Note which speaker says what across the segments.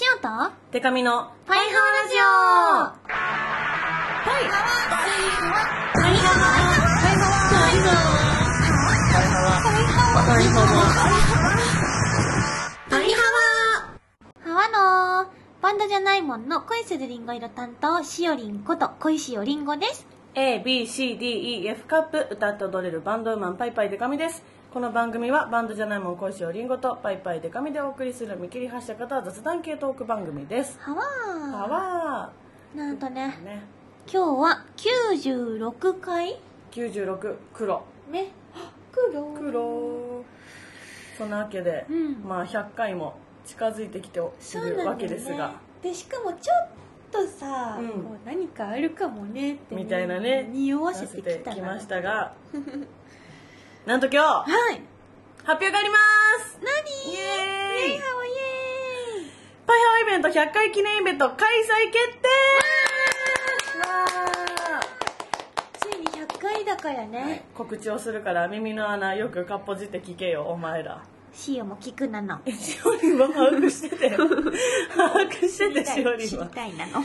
Speaker 1: と
Speaker 2: 手紙の
Speaker 1: パイハワラジオハワのバンドじゃないもんの恋するりんご色担当しおりんこと恋しおりんごです
Speaker 2: ABCDEF カップ歌って踊れるバンドウーマンパイパイデカミですこの番組はバンドじゃないもん講師をリンゴとパイパイデカミでお送りする見切り発車型雑談系トーク番組です
Speaker 1: ハワー
Speaker 2: パワ
Speaker 1: なんとね
Speaker 2: ーね
Speaker 1: 今日は96回
Speaker 2: 96黒
Speaker 1: ね黒
Speaker 2: 黒そんなわけで、
Speaker 1: うん
Speaker 2: まあ100回も近づいてきているわけですが、
Speaker 1: でしかもちょっとさ、
Speaker 2: うん
Speaker 1: こう何かあるかもねって
Speaker 2: みたいなね
Speaker 1: 匂わ
Speaker 2: さ
Speaker 1: せてきた
Speaker 2: せて
Speaker 1: から
Speaker 2: きましたが なんと今日発
Speaker 1: はい
Speaker 2: 表があります
Speaker 1: 何
Speaker 2: イエーイ
Speaker 1: イハワイエーイ
Speaker 2: パイハワイベント100回記念イベント開催決定わ
Speaker 1: ついに100回だからね、
Speaker 2: ー告知をするから耳の穴よくかっぽじって聞けよお前 ら
Speaker 1: シオも聞くなの
Speaker 2: えしおりんは把握してて把握しててしおり
Speaker 1: 知
Speaker 2: ん
Speaker 1: り
Speaker 2: は
Speaker 1: たいな の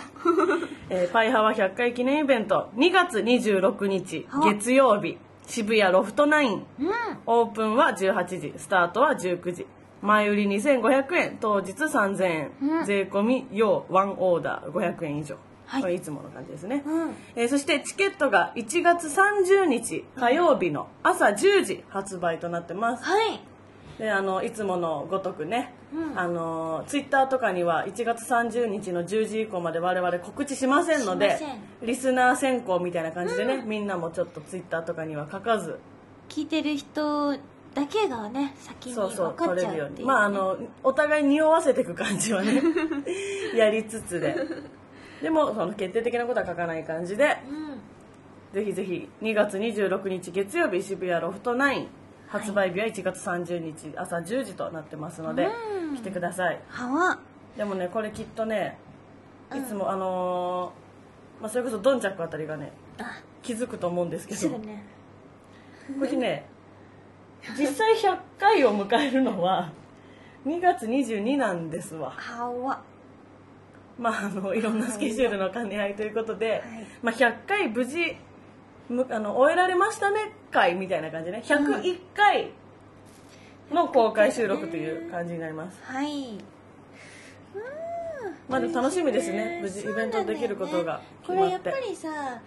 Speaker 2: えーパイハワ100回記念イベント2月26日
Speaker 1: は
Speaker 2: 月曜日渋谷ロフトナイン
Speaker 1: うん
Speaker 2: オープンは18時スタートは19時前売り2500円当日3000円、
Speaker 1: うん
Speaker 2: 税込み要ワンオーダー500円以上、
Speaker 1: はい
Speaker 2: これいつもの感じですね、
Speaker 1: うん
Speaker 2: えーそしてチケットが1月30日火曜日の朝10時発売となってます、
Speaker 1: はい
Speaker 2: であのいつものごとくね、
Speaker 1: うん
Speaker 2: あのツイッターとかには1月30日の10時以降まで我々告知しませんので
Speaker 1: しません
Speaker 2: リスナー選考みたいな感じでね、みんなもちょっとツイッターとかには書かず
Speaker 1: 聞いてる人だけがね先に
Speaker 2: そ
Speaker 1: 分
Speaker 2: うそう
Speaker 1: かっ
Speaker 2: 取
Speaker 1: ち
Speaker 2: れ
Speaker 1: ゃ
Speaker 2: るよ
Speaker 1: う
Speaker 2: う
Speaker 1: って
Speaker 2: に
Speaker 1: いう
Speaker 2: まああのお互い匂わせていく感じ はねやりつつででもその決定的なことは書かない感じで
Speaker 1: うん
Speaker 2: ぜひぜひ2月26日月曜日渋谷ロフトナイン発売日は1月30日朝10時となってますので、
Speaker 1: うん
Speaker 2: 来てください
Speaker 1: 歯は
Speaker 2: でもねこれきっとね
Speaker 1: うん
Speaker 2: いつも、あのーまあ、それこそドンチャックあたりがね
Speaker 1: あ
Speaker 2: 気づくと思うんですけ
Speaker 1: す
Speaker 2: ど
Speaker 1: ぐ
Speaker 2: こ
Speaker 1: ね
Speaker 2: れね実際100回を迎えるのは2月22なんですわ
Speaker 1: 歯は
Speaker 2: まあ、あのいろんなスケジュールの兼ね合いということで、
Speaker 1: い
Speaker 2: まあ、100回無事むあの終えられましたね回みたいな感じね101回の公開収録という感じになります、
Speaker 1: はいうーん
Speaker 2: まあでも楽しみですね無事
Speaker 1: そう
Speaker 2: イベントできることが決まって
Speaker 1: なんだよねこれやっぱりさ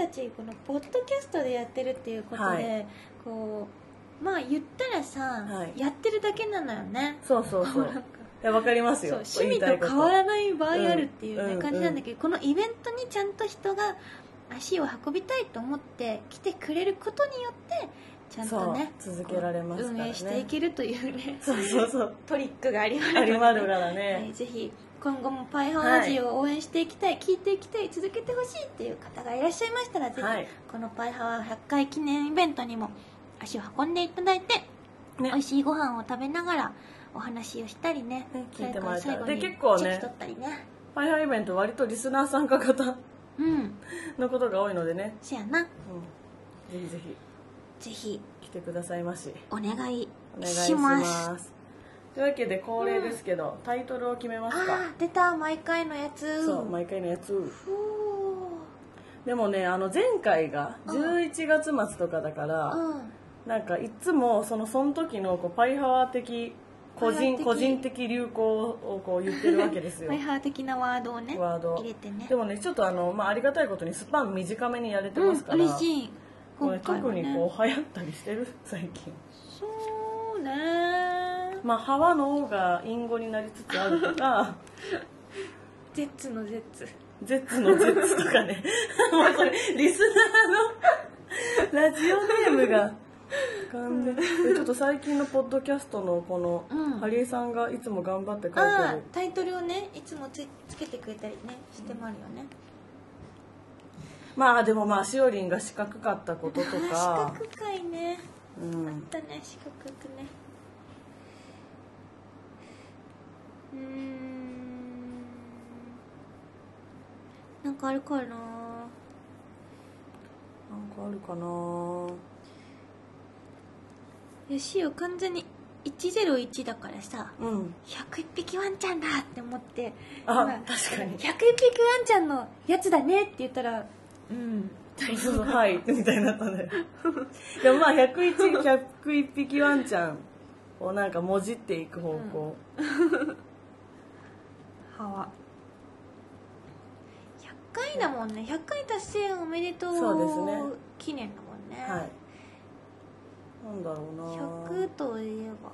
Speaker 1: 塩たちこのポッドキャストでやってるっていうことで、
Speaker 2: はい
Speaker 1: こうまあ言ったらさ、
Speaker 2: はい
Speaker 1: やってるだけなのよね
Speaker 2: そうそうそう
Speaker 1: なんか
Speaker 2: いやわかりますよ
Speaker 1: そう
Speaker 2: 言
Speaker 1: 趣
Speaker 2: いた
Speaker 1: 味
Speaker 2: いことと
Speaker 1: 変わらない場合あるっていうね、
Speaker 2: うん
Speaker 1: 感じなんだけど、このイベントにちゃんと人が足を運びたいと思って来てくれることによってちゃんとね
Speaker 2: そう続けられますからね
Speaker 1: 運営していけるというね
Speaker 2: そうそうそう
Speaker 1: トリックがあります
Speaker 2: ありまるからね、
Speaker 1: はい、ぜひ今後もパイハワラジオを応援していきたい、聞いていきたい続けてほしいっていう方がいらっしゃいましたらぜひ、
Speaker 2: はい
Speaker 1: このパイハワ100回記念イベントにも足を運んでいただいて、
Speaker 2: ね
Speaker 1: 美味しいご飯を食べながらお話をしたりね
Speaker 2: ね
Speaker 1: 最
Speaker 2: 聞いて
Speaker 1: 後
Speaker 2: もらえたら
Speaker 1: 最後に
Speaker 2: で結構ね
Speaker 1: チェキ取ったりね
Speaker 2: ファイハーイベント割とリスナー参加型
Speaker 1: うん
Speaker 2: のことが多いのでね、
Speaker 1: せやな
Speaker 2: うん、ぜひぜひ
Speaker 1: ぜひ
Speaker 2: 来てくださいまし
Speaker 1: お願い
Speaker 2: お願いし
Speaker 1: し
Speaker 2: ま
Speaker 1: ますす
Speaker 2: というわけで恒例ですけど、タイトルを決めますか
Speaker 1: あー出た毎回のやつ
Speaker 2: そう毎回のやつ
Speaker 1: ふう
Speaker 2: でもねあの前回が11月末とかだから
Speaker 1: うん
Speaker 2: なんかいつもそのその時のこうパイハワー的個人
Speaker 1: パイハ
Speaker 2: 個
Speaker 1: ワ的
Speaker 2: 人的流行をこう言ってるわけ ですよ
Speaker 1: パイハワ的なワードをね
Speaker 2: ワード
Speaker 1: 入れてね
Speaker 2: でもねちょっとあの、まあ、ありがたいことにスパン短めにやれて
Speaker 1: う
Speaker 2: ま
Speaker 1: ん
Speaker 2: すから、
Speaker 1: 嬉しい
Speaker 2: これ
Speaker 1: 今回
Speaker 2: 特
Speaker 1: は
Speaker 2: に
Speaker 1: ね
Speaker 2: こう流行ったりしてる最近
Speaker 1: そうね
Speaker 2: まあ「ハワの「王が隠語になりつつあるとか
Speaker 1: ゼッツのゼッツ
Speaker 2: 「ゼッツの「ゼッツとかね もうこれリスナーのラジオネームが完全でちょっと最近のポッドキャストのこの、
Speaker 1: うん
Speaker 2: ハリエさんがいつも頑張って書いて
Speaker 1: ああ
Speaker 2: る
Speaker 1: タイトルをねいつもつつけてくれたりねしてもあるよね
Speaker 2: まあでもまあしおりんが四角かったことと
Speaker 1: あ
Speaker 2: か
Speaker 1: ー、四角会ね
Speaker 2: うん、
Speaker 1: だね四角くねうーんなんかあるかな
Speaker 2: なんかあるかな
Speaker 1: よしよ完全に101だからさ
Speaker 2: うん
Speaker 1: 101匹ワンちゃんだって思って今
Speaker 2: あ確か
Speaker 1: 101
Speaker 2: に
Speaker 1: 匹ワンちゃんのやつだねって言ったらうん
Speaker 2: そうそうそうはいみたいになったんだよでもまあ101101 1匹ワンちゃんをなんかもじっていく方向、
Speaker 1: はわ100回だもんね100回達成おめでとう
Speaker 2: そうですね
Speaker 1: 記念だもんね、
Speaker 2: はいなんだろうな
Speaker 1: 100といえば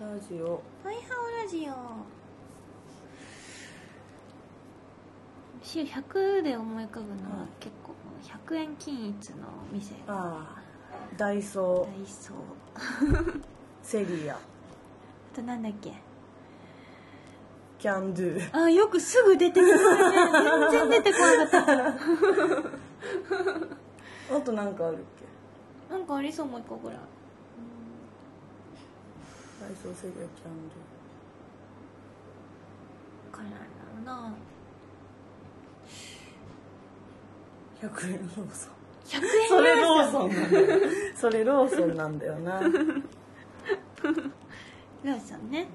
Speaker 1: 100
Speaker 2: ラジオ
Speaker 1: パイハオラジオ週100で思い浮かぶの
Speaker 2: は
Speaker 1: はい結構100円均一の店ダ
Speaker 2: ああダイソー
Speaker 1: イソー
Speaker 2: セリア
Speaker 1: あとなんだっけ
Speaker 2: キャンドゥ
Speaker 1: あよくすぐ出てくるね全然出てこなかった
Speaker 2: あとなんかあるっけ
Speaker 1: なんかありそうもう一個ぐらい
Speaker 2: ダイソーセリアキャンドゥ
Speaker 1: からなんだろうな
Speaker 2: 100円ローソン
Speaker 1: 100
Speaker 2: そ
Speaker 1: 円
Speaker 2: れローソンなんだよそれローソンなんだよ な
Speaker 1: ローソンね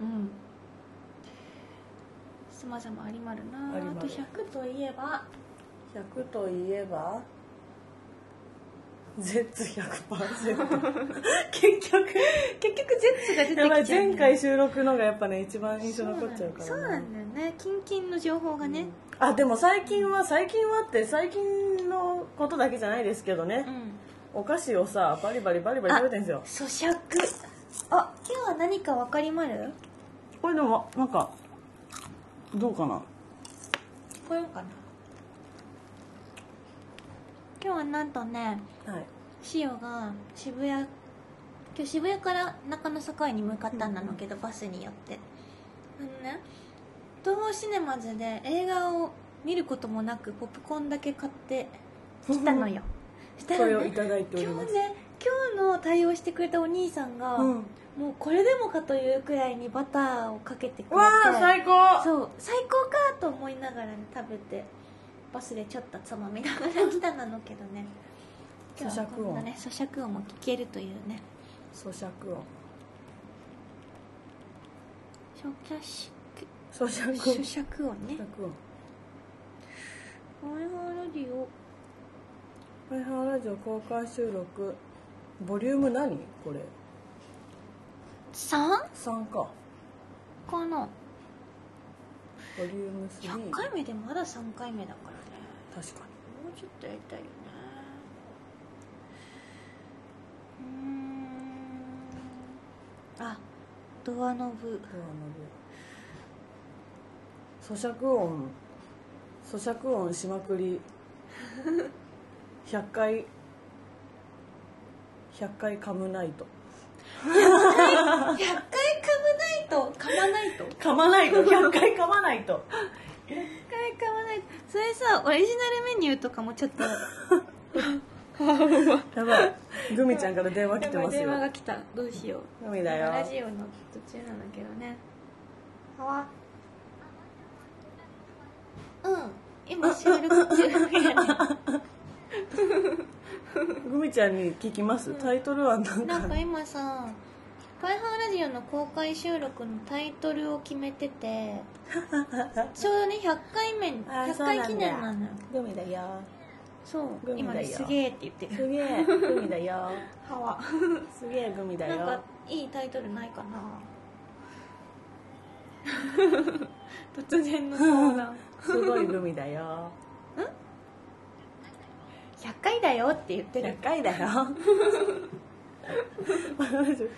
Speaker 1: うんさまざまありまるな
Speaker 2: ありまる
Speaker 1: あと100といえば
Speaker 2: 100といえば Z100% 結局
Speaker 1: 結局ゼッツが出てきちゃ
Speaker 2: や
Speaker 1: う
Speaker 2: ばい
Speaker 1: ね
Speaker 2: 前回収録のがやっぱね一番印象残っちゃうから
Speaker 1: そうなんだよねキンキンの情報がね
Speaker 2: あでも最近は最近はって最近のことだけじゃないですけどね
Speaker 1: う、ん
Speaker 2: お菓子をさバリバリバリバリ食べてんですよ
Speaker 1: 咀嚼あ今日は何かわかりまる
Speaker 2: これでもなんかどうかな
Speaker 1: 聞こえようかな今日はなんとね
Speaker 2: はい
Speaker 1: シオが渋谷今日渋谷から中野栄に向かったんだけど、バスによってあのね東宝シネマズで映画を見ることもなくポップコーンだけ買ってきたの よした
Speaker 2: これ
Speaker 1: ら
Speaker 2: をい
Speaker 1: ね
Speaker 2: ただいており
Speaker 1: 今
Speaker 2: ま
Speaker 1: 日
Speaker 2: す、
Speaker 1: ね今日の対応してくれたお兄さんが、
Speaker 2: うん、
Speaker 1: もうこれでもかというくらいにバターをかけてくれて
Speaker 2: わあ最高
Speaker 1: そう最高かと思いながら、ね、食べてバスでちょっとつまみながら来たなのけど ね
Speaker 2: 咀嚼
Speaker 1: 今
Speaker 2: 音
Speaker 1: 日はこんなね咀嚼音も聞けるというね
Speaker 2: 咀嚼音
Speaker 1: 咀嚼し
Speaker 2: 咀嚼音
Speaker 1: 咀嚼
Speaker 2: 咀
Speaker 1: 音ね
Speaker 2: 嚼音
Speaker 1: ワイハーラジオ
Speaker 2: ハイハーラジオ公開収録ボリューム何これ
Speaker 1: 3
Speaker 2: 3か
Speaker 1: かな
Speaker 2: ボリューム3
Speaker 1: 100回目でまだ3回目だからね
Speaker 2: 確かに
Speaker 1: もうちょっとやりたいよねうーんあドアノ ブ
Speaker 2: ドアノブ咀嚼音咀嚼音しまくり100回100回噛むないと
Speaker 1: 100回噛まないと噛まないと100
Speaker 2: 噛まないと100回噛まないと
Speaker 1: 回噛まないとそれさオリジナルメニューとかもちょっと
Speaker 2: やばいグミちゃんから電話来てます
Speaker 1: 電
Speaker 2: よ
Speaker 1: 話が来たどうしよう
Speaker 2: グミだよ
Speaker 1: ラジオの途中なんだけどねはわうん今収録中
Speaker 2: グミちゃんに聞きますタイトルは何
Speaker 1: な
Speaker 2: か
Speaker 1: んか今さ「パイハーラジオ」の公開収録のタイトルを決めて てちょうどね100回目
Speaker 2: あー
Speaker 1: 100
Speaker 2: そうなん
Speaker 1: 回
Speaker 2: だ
Speaker 1: 記念なのよ
Speaker 2: グミだよ
Speaker 1: そう
Speaker 2: グミ
Speaker 1: 今
Speaker 2: だよ
Speaker 1: ね「すげえ」って言ってる
Speaker 2: すげえグミだよ
Speaker 1: はわ
Speaker 2: すげえグミだ
Speaker 1: なんか
Speaker 2: よ
Speaker 1: いいタイトルないかな 突然の相 談
Speaker 2: すごいグミだよ
Speaker 1: 100回だよって 言ってる
Speaker 2: 100回だよ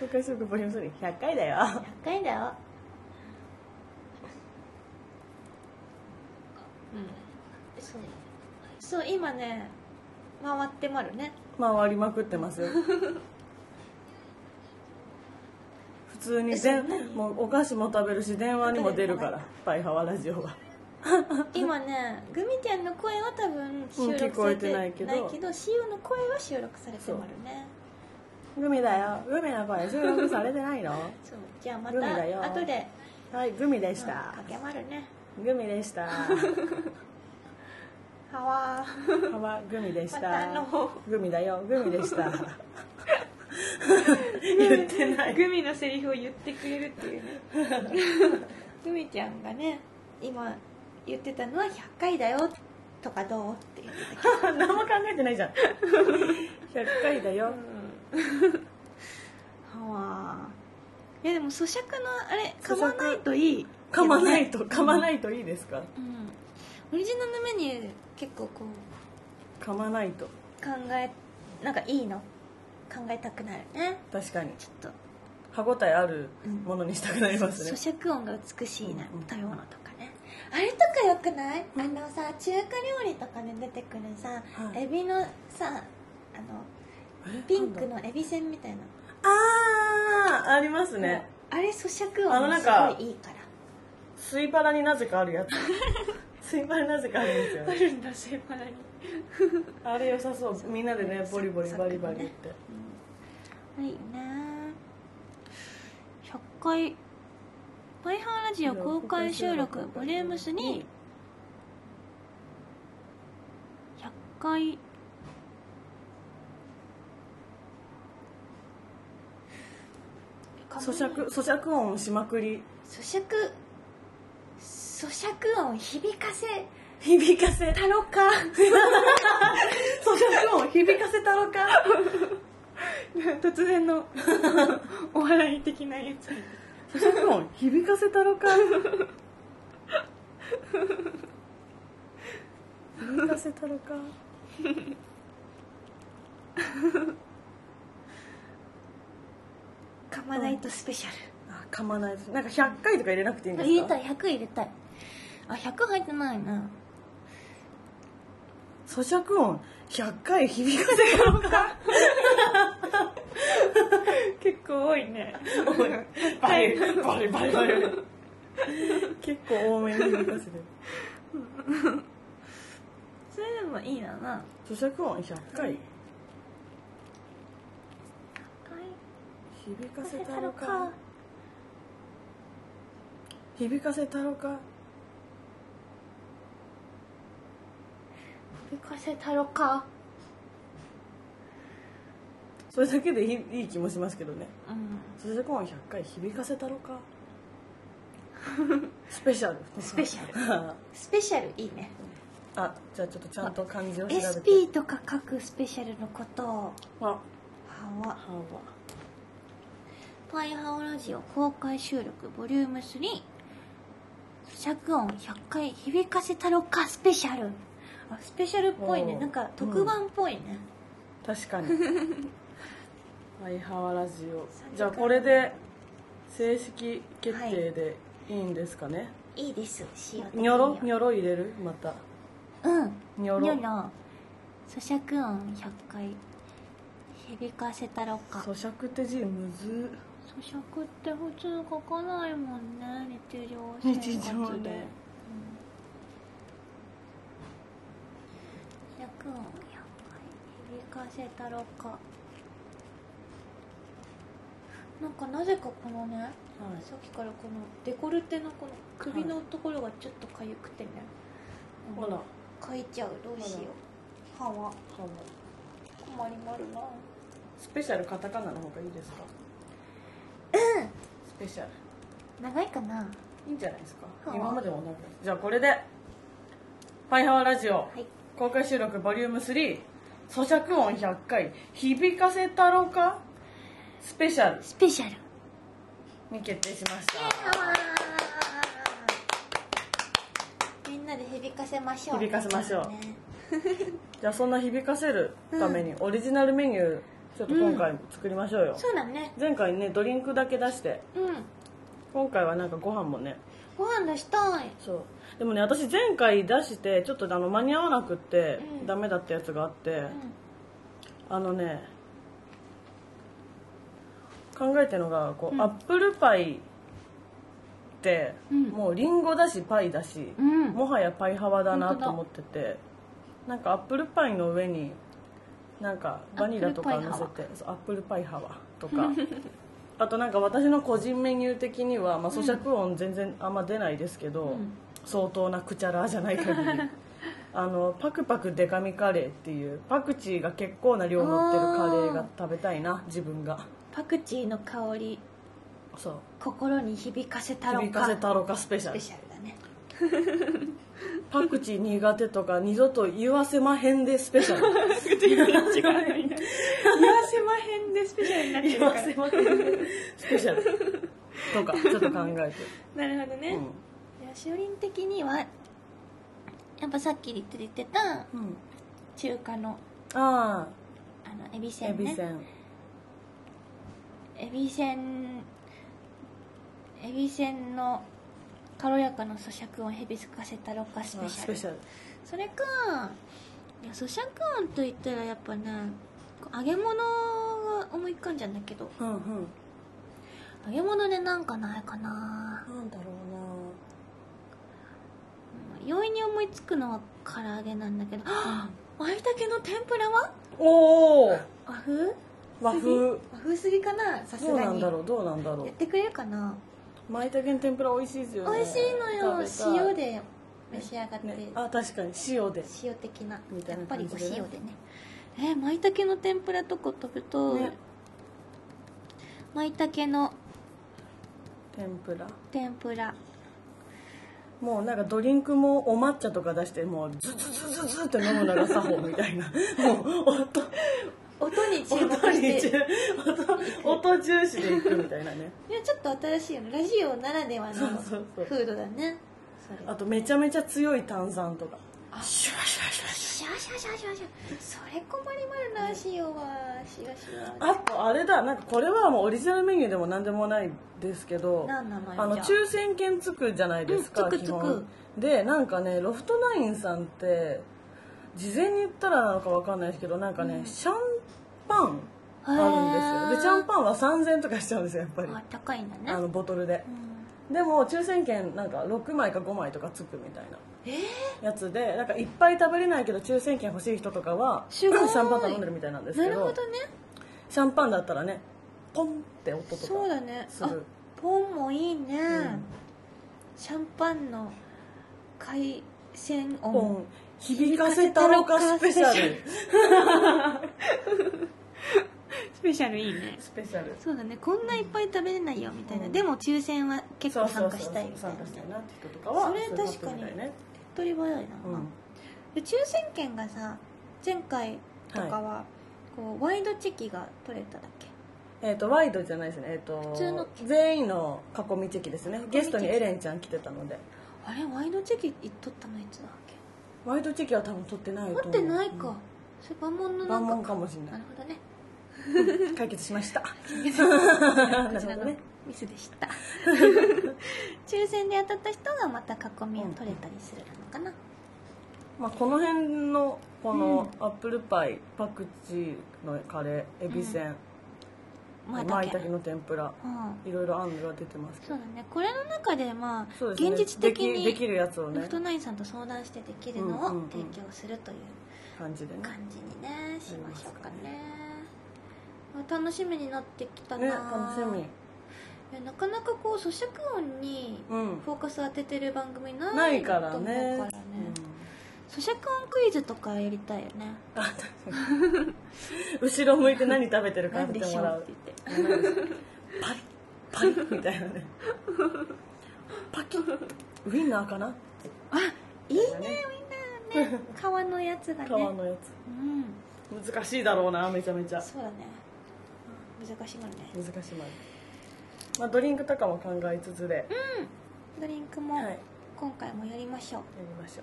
Speaker 2: 公開収録ボリューム100回だよ
Speaker 1: 100回だようんそうそう今ね回ってまる ね
Speaker 2: 回りまくってますよ普通にでもうお菓子も食べるし電話にも出るから「パイハワラジオ」は
Speaker 1: 今ねグミちゃんの声は多分収録されて
Speaker 2: うん聞こえて
Speaker 1: な
Speaker 2: ないい
Speaker 1: け
Speaker 2: け
Speaker 1: ど
Speaker 2: ど
Speaker 1: シオの声は収録されてまるね
Speaker 2: グミだよグミの声収録されてないの
Speaker 1: そうじゃあま
Speaker 2: グミだ
Speaker 1: た
Speaker 2: よ
Speaker 1: 後で
Speaker 2: はいグミでし
Speaker 1: うん
Speaker 2: た
Speaker 1: かけまるね
Speaker 2: グミでした
Speaker 1: はわ
Speaker 2: ハワグミでした
Speaker 1: またの
Speaker 2: グミだよグミでした 言ってない
Speaker 1: グミのセリフを言ってくれるって いうねグミちゃんがね今言ってたのは100回だよとかどうって言ってたけ
Speaker 2: 何も考えてないじゃん100回だよ
Speaker 1: ど、 はわいやでも咀嚼のあれ
Speaker 2: 咀嚼
Speaker 1: 噛まないといい
Speaker 2: 噛まないと噛まないといいですか
Speaker 1: うんオリジナルメニュー結構こう
Speaker 2: 噛まないと
Speaker 1: 考えなんかいいの考えたくなるね
Speaker 2: 確かに
Speaker 1: ちょっと
Speaker 2: 歯ごたえあるものにしたくなりますね、
Speaker 1: 咀嚼音が美しいな
Speaker 2: うんうん
Speaker 1: 食べ物とかねあれとかよくないあのさ中華料理とかで出てくるさ
Speaker 2: はい
Speaker 1: エビのさあの
Speaker 2: え
Speaker 1: ピンクのエビせんみたいな
Speaker 2: あーありますね
Speaker 1: あれ咀嚼
Speaker 2: あの
Speaker 1: 音
Speaker 2: な
Speaker 1: が
Speaker 2: んか
Speaker 1: すごいいいから
Speaker 2: スイパラになぜかあるやつ スイパラになぜかあるんですよね
Speaker 1: るんだシェパラに
Speaker 2: あれ良さそうみんなでねボリボリ
Speaker 1: そう
Speaker 2: バリバリって、
Speaker 1: はいね100回「パイハーラジオ」公開収録ボリュームスに100回
Speaker 2: 咀嚼咀嚼音をしまくり
Speaker 1: 咀嚼咀嚼音響かせ
Speaker 2: 響かせ咀
Speaker 1: たろか
Speaker 2: 嚼音を響かせたのか
Speaker 1: 突然 のお笑い的なやつ
Speaker 2: 咀嚼音響かせたのか響かせたのか
Speaker 1: 噛まないとスペシャ
Speaker 2: あ噛まないなんか100回とか入れなくていいん
Speaker 1: ル、
Speaker 2: ですか
Speaker 1: 入れたい100入れたいあ100入ってないな
Speaker 2: 咀嚼音100回響かせたのか
Speaker 1: 結構多いね
Speaker 2: バリバリバリバリ結構多めに響かせてる
Speaker 1: それでもいいなな
Speaker 2: 咀嚼音100回響かせたのか響かせたのか
Speaker 1: 響かせたろか
Speaker 2: それだけでいいいい気もしますけどね
Speaker 1: うん
Speaker 2: 咀嚼音100回響かせたのかスペシャル
Speaker 1: スペシャ
Speaker 2: ル
Speaker 1: スペシャルいいね
Speaker 2: あじゃあちょっとちゃんと漢字を調べて
Speaker 1: SP とか書くスペシャルのことを
Speaker 2: あ
Speaker 1: はわ
Speaker 2: はわ
Speaker 1: パイハオラジオ公開収録ボリューム3尺音100回響かせたろかスペシャルあスペシャルっぽいね
Speaker 2: おー
Speaker 1: なんか特番っぽいね、
Speaker 2: 確かにはいハワラジオじゃあこれで正式決定でいいんですかね、
Speaker 1: いいです塩的に
Speaker 2: にょろ
Speaker 1: は
Speaker 2: にょろ入れるまた
Speaker 1: うん
Speaker 2: に
Speaker 1: ニ
Speaker 2: ょ
Speaker 1: ョロ
Speaker 2: ろ
Speaker 1: 咀嚼音100回響かせたろか
Speaker 2: 咀
Speaker 1: 咀
Speaker 2: 嚼って字むず
Speaker 1: 嚼って普通書かないもんね日常生活で
Speaker 2: 日常で
Speaker 1: 100音100回響かせたろかなんかなぜかこのねさっきからこのデコルテのこの首のところがちょっとかゆくてね、
Speaker 2: ほら
Speaker 1: 書いちゃうどうしよう歯は
Speaker 2: ハワ
Speaker 1: 困りまるな
Speaker 2: スペシャルカタカナの方がいいですかうんスペシャル
Speaker 1: 長いかない
Speaker 2: いんじゃないですか
Speaker 1: はあ
Speaker 2: 今までもなんかじゃあこれで「ファイハワラジオ」
Speaker 1: はい
Speaker 2: 公開収録ボリューム3咀嚼音100回響かせたろかスペシャル
Speaker 1: スペシャル
Speaker 2: に決定しまし
Speaker 1: みんなで響かせましょう
Speaker 2: 響かせましょう
Speaker 1: ね
Speaker 2: たじゃあそんな響かせるためにオリジナルメニューちょっと今回も作りましょうよ、
Speaker 1: そうだね
Speaker 2: 前回ねドリンクだけ出して
Speaker 1: うん
Speaker 2: 今回はなんかご飯もね
Speaker 1: ご飯出したい
Speaker 2: そうでもね私前回出してちょっとあの間に合わなくって
Speaker 1: うん
Speaker 2: ダメだったやつがあって、
Speaker 1: う
Speaker 2: あのね考えてるのがこう、
Speaker 1: うん
Speaker 2: アップルパイって、
Speaker 1: うん
Speaker 2: もうリンゴだしパイだし、
Speaker 1: んうん
Speaker 2: もはやパイ派だな
Speaker 1: 本当
Speaker 2: と
Speaker 1: だ
Speaker 2: 思っててなんかアップルパイの上になんかバニラとか乗せてそうアップルパイ派はとか あとなんか私の個人メニュー的には、まあ、咀嚼音全然あんま出ないですけど、
Speaker 1: うん
Speaker 2: 相当なくちゃらじゃない 限りあのパクパクデカミカレーっていうパクチーが結構な量乗ってるカレーが食べたいな自分が
Speaker 1: パクチーの香り
Speaker 2: そう
Speaker 1: 心に響かせたろ
Speaker 2: 響か
Speaker 1: か
Speaker 2: せたろかスペシ
Speaker 1: ス
Speaker 2: ャ
Speaker 1: ペ
Speaker 2: ル
Speaker 1: シャルだね
Speaker 2: パクチー苦手とか二度と言わせまへんでスペシャル
Speaker 1: 違う言わせまへんでスペシャルになってる
Speaker 2: 言
Speaker 1: か
Speaker 2: わせまへんで スペシャルとかちょっと考え
Speaker 1: らなるほど
Speaker 2: て
Speaker 1: ね、いやしおりん的にはやっぱさっき言って言ってた
Speaker 2: うん、うん、
Speaker 1: 中華の
Speaker 2: あ
Speaker 1: あのエビ
Speaker 2: あエ
Speaker 1: せん
Speaker 2: ビ
Speaker 1: ね
Speaker 2: せん
Speaker 1: エビせんエビせんの軽やかな咀嚼音ヘビすかせたろかスペ
Speaker 2: あ
Speaker 1: シ
Speaker 2: ス
Speaker 1: ャル
Speaker 2: ペシャル
Speaker 1: それかいや咀嚼音といったらやっぱねこう揚げ物が思い浮かんじゃうんだけど
Speaker 2: うんう
Speaker 1: 揚
Speaker 2: ん
Speaker 1: げ物でなんかないかな
Speaker 2: なんだろう
Speaker 1: 容易に思いつくのは唐揚げなんだけど
Speaker 2: な
Speaker 1: 舞茸の天ぷらは
Speaker 2: おお
Speaker 1: 和風
Speaker 2: 和風
Speaker 1: 和風すぎかなさす
Speaker 2: どう
Speaker 1: が
Speaker 2: なん
Speaker 1: に
Speaker 2: だ
Speaker 1: や
Speaker 2: ろうどうなんだろ
Speaker 1: ってくれるかな
Speaker 2: う舞茸の天ぷら美味しいですよね
Speaker 1: 美味しいのよ
Speaker 2: 食べたい
Speaker 1: 塩で召し上がって、
Speaker 2: ね、あ確かに塩で
Speaker 1: 塩的な
Speaker 2: みた
Speaker 1: やっ
Speaker 2: いな
Speaker 1: ぱり
Speaker 2: 感
Speaker 1: お
Speaker 2: じでね
Speaker 1: 塩でねえー、舞茸の天ぷらとか食べたい、
Speaker 2: ね
Speaker 1: 舞茸の
Speaker 2: 天ぷら
Speaker 1: 天ぷら
Speaker 2: もうなんかドリンクもお抹茶とか出してもうズズズズズって飲むのが作法みた いなもう音
Speaker 1: 音に注目
Speaker 2: 音
Speaker 1: し
Speaker 2: に
Speaker 1: て
Speaker 2: 中
Speaker 1: い
Speaker 2: 音音重視でいくみたいなね
Speaker 1: やちょっと新しいよねラジオならではの
Speaker 2: そうそうそう
Speaker 1: フードだねそれ
Speaker 2: あとめちゃめちゃ強い炭酸とかシュワシュワシュワシ
Speaker 1: シャシャシャシャシャそれ困りまるな塩はシワシ
Speaker 2: ュ
Speaker 1: ワ
Speaker 2: ワあとあれだなんかこれはもうオリジナルメニューでも何でもないですけど
Speaker 1: なんなのよ
Speaker 2: あの
Speaker 1: じゃあ
Speaker 2: 抽選券つくじゃないですか、
Speaker 1: うんつくつく
Speaker 2: 基本でなんかねロフトナインさんって事前に言ったらなのかわかんないですけどなんかね、シャンパンあるんですよでシャンパンは3000とかしちゃうんですよやっぱり
Speaker 1: あ高いんだね
Speaker 2: あのボトルで
Speaker 1: う、ん
Speaker 2: でも抽選券なんか6枚か5枚とかつくみたいなやつでなんかいっぱい食べれないけど抽選券欲しい人とかは
Speaker 1: すごい
Speaker 2: シャンパン頼んでるみたいなんです
Speaker 1: な
Speaker 2: け
Speaker 1: る
Speaker 2: ど
Speaker 1: ほどね
Speaker 2: シャンパンだったらねポンって音とか
Speaker 1: そうだね
Speaker 2: す
Speaker 1: あ
Speaker 2: る
Speaker 1: ポンもいいね、
Speaker 2: ん
Speaker 1: シャンパンの回線
Speaker 2: ポ
Speaker 1: 音
Speaker 2: ン響かせたろかスペシャル
Speaker 1: スペシャルいいね
Speaker 2: スペシャル
Speaker 1: そうだねこんないっぱい食べれないよみたいな、
Speaker 2: うん
Speaker 1: でも抽選は結構参加したいみたい
Speaker 2: 参
Speaker 1: な
Speaker 2: 加したいなって人とかは
Speaker 1: それ確かに
Speaker 2: そういうことみたいね
Speaker 1: 手っ取り早いな、
Speaker 2: うん
Speaker 1: で抽選券がさ前回とかはこう、ワイドチェキが取れただっけ
Speaker 2: えー、とワイドじゃないですね、えー、と
Speaker 1: 普通の
Speaker 2: 全員の囲みチェキですね
Speaker 1: みチェキ
Speaker 2: ゲストにエレンちゃん来てたので
Speaker 1: あれワイドチェキ取ったのいつだっけ
Speaker 2: ワイドチェキは多分取ってないと思
Speaker 1: 取っ
Speaker 2: う
Speaker 1: てないか、それ万問の
Speaker 2: うん万
Speaker 1: 中
Speaker 2: 問かもしれ
Speaker 1: な
Speaker 2: な
Speaker 1: るほど ね
Speaker 2: い 解決しまし た
Speaker 1: こ
Speaker 2: な
Speaker 1: ち
Speaker 2: る
Speaker 1: ら
Speaker 2: ほど
Speaker 1: の
Speaker 2: ね
Speaker 1: ミスでした 抽選で当たった人がまた囲みを取れたりするのかな、
Speaker 2: まあ、この辺のこのアップルパイパクチーのカレーエビせん
Speaker 1: 舞
Speaker 2: 舞
Speaker 1: 茸
Speaker 2: 茸の天ぷら
Speaker 1: うん
Speaker 2: いろいろ案が出てますけ
Speaker 1: そ
Speaker 2: ど
Speaker 1: うだねこれの中でまあ
Speaker 2: そうですね
Speaker 1: 現実的
Speaker 2: でき
Speaker 1: に
Speaker 2: できるやつを
Speaker 1: ロ
Speaker 2: ね
Speaker 1: フトナインさんと相談してできるのを
Speaker 2: うんうんうん
Speaker 1: 提供するという
Speaker 2: 感じでね
Speaker 1: 感じにねしましょうかねまあ楽しみになってきたな、
Speaker 2: ね楽しみ
Speaker 1: いやなかなかこう咀嚼音に
Speaker 2: うん
Speaker 1: フォーカス当ててる番組ない
Speaker 2: ないから
Speaker 1: と思う
Speaker 2: ね
Speaker 1: からね咀嚼音クイズとかやりたいよね
Speaker 2: うんあ確かに後ろ向いて何食べてるか
Speaker 1: な
Speaker 2: や
Speaker 1: ん
Speaker 2: って
Speaker 1: でし
Speaker 2: も
Speaker 1: ょ
Speaker 2: ら
Speaker 1: う
Speaker 2: う
Speaker 1: って言って
Speaker 2: パリパリみたいなねパキッウインナーかな
Speaker 1: あいいねウ ィンナーね皮のやつだ
Speaker 2: 皮
Speaker 1: ね
Speaker 2: の
Speaker 1: う
Speaker 2: や
Speaker 1: ん
Speaker 2: つ難しいだろうなめちゃめちゃ
Speaker 1: そうだね難しいもんね
Speaker 2: 難しいまでまあドリンクとかも考えつつで、
Speaker 1: ドリンクも
Speaker 2: はい
Speaker 1: 今回もやりましょう
Speaker 2: やりましょう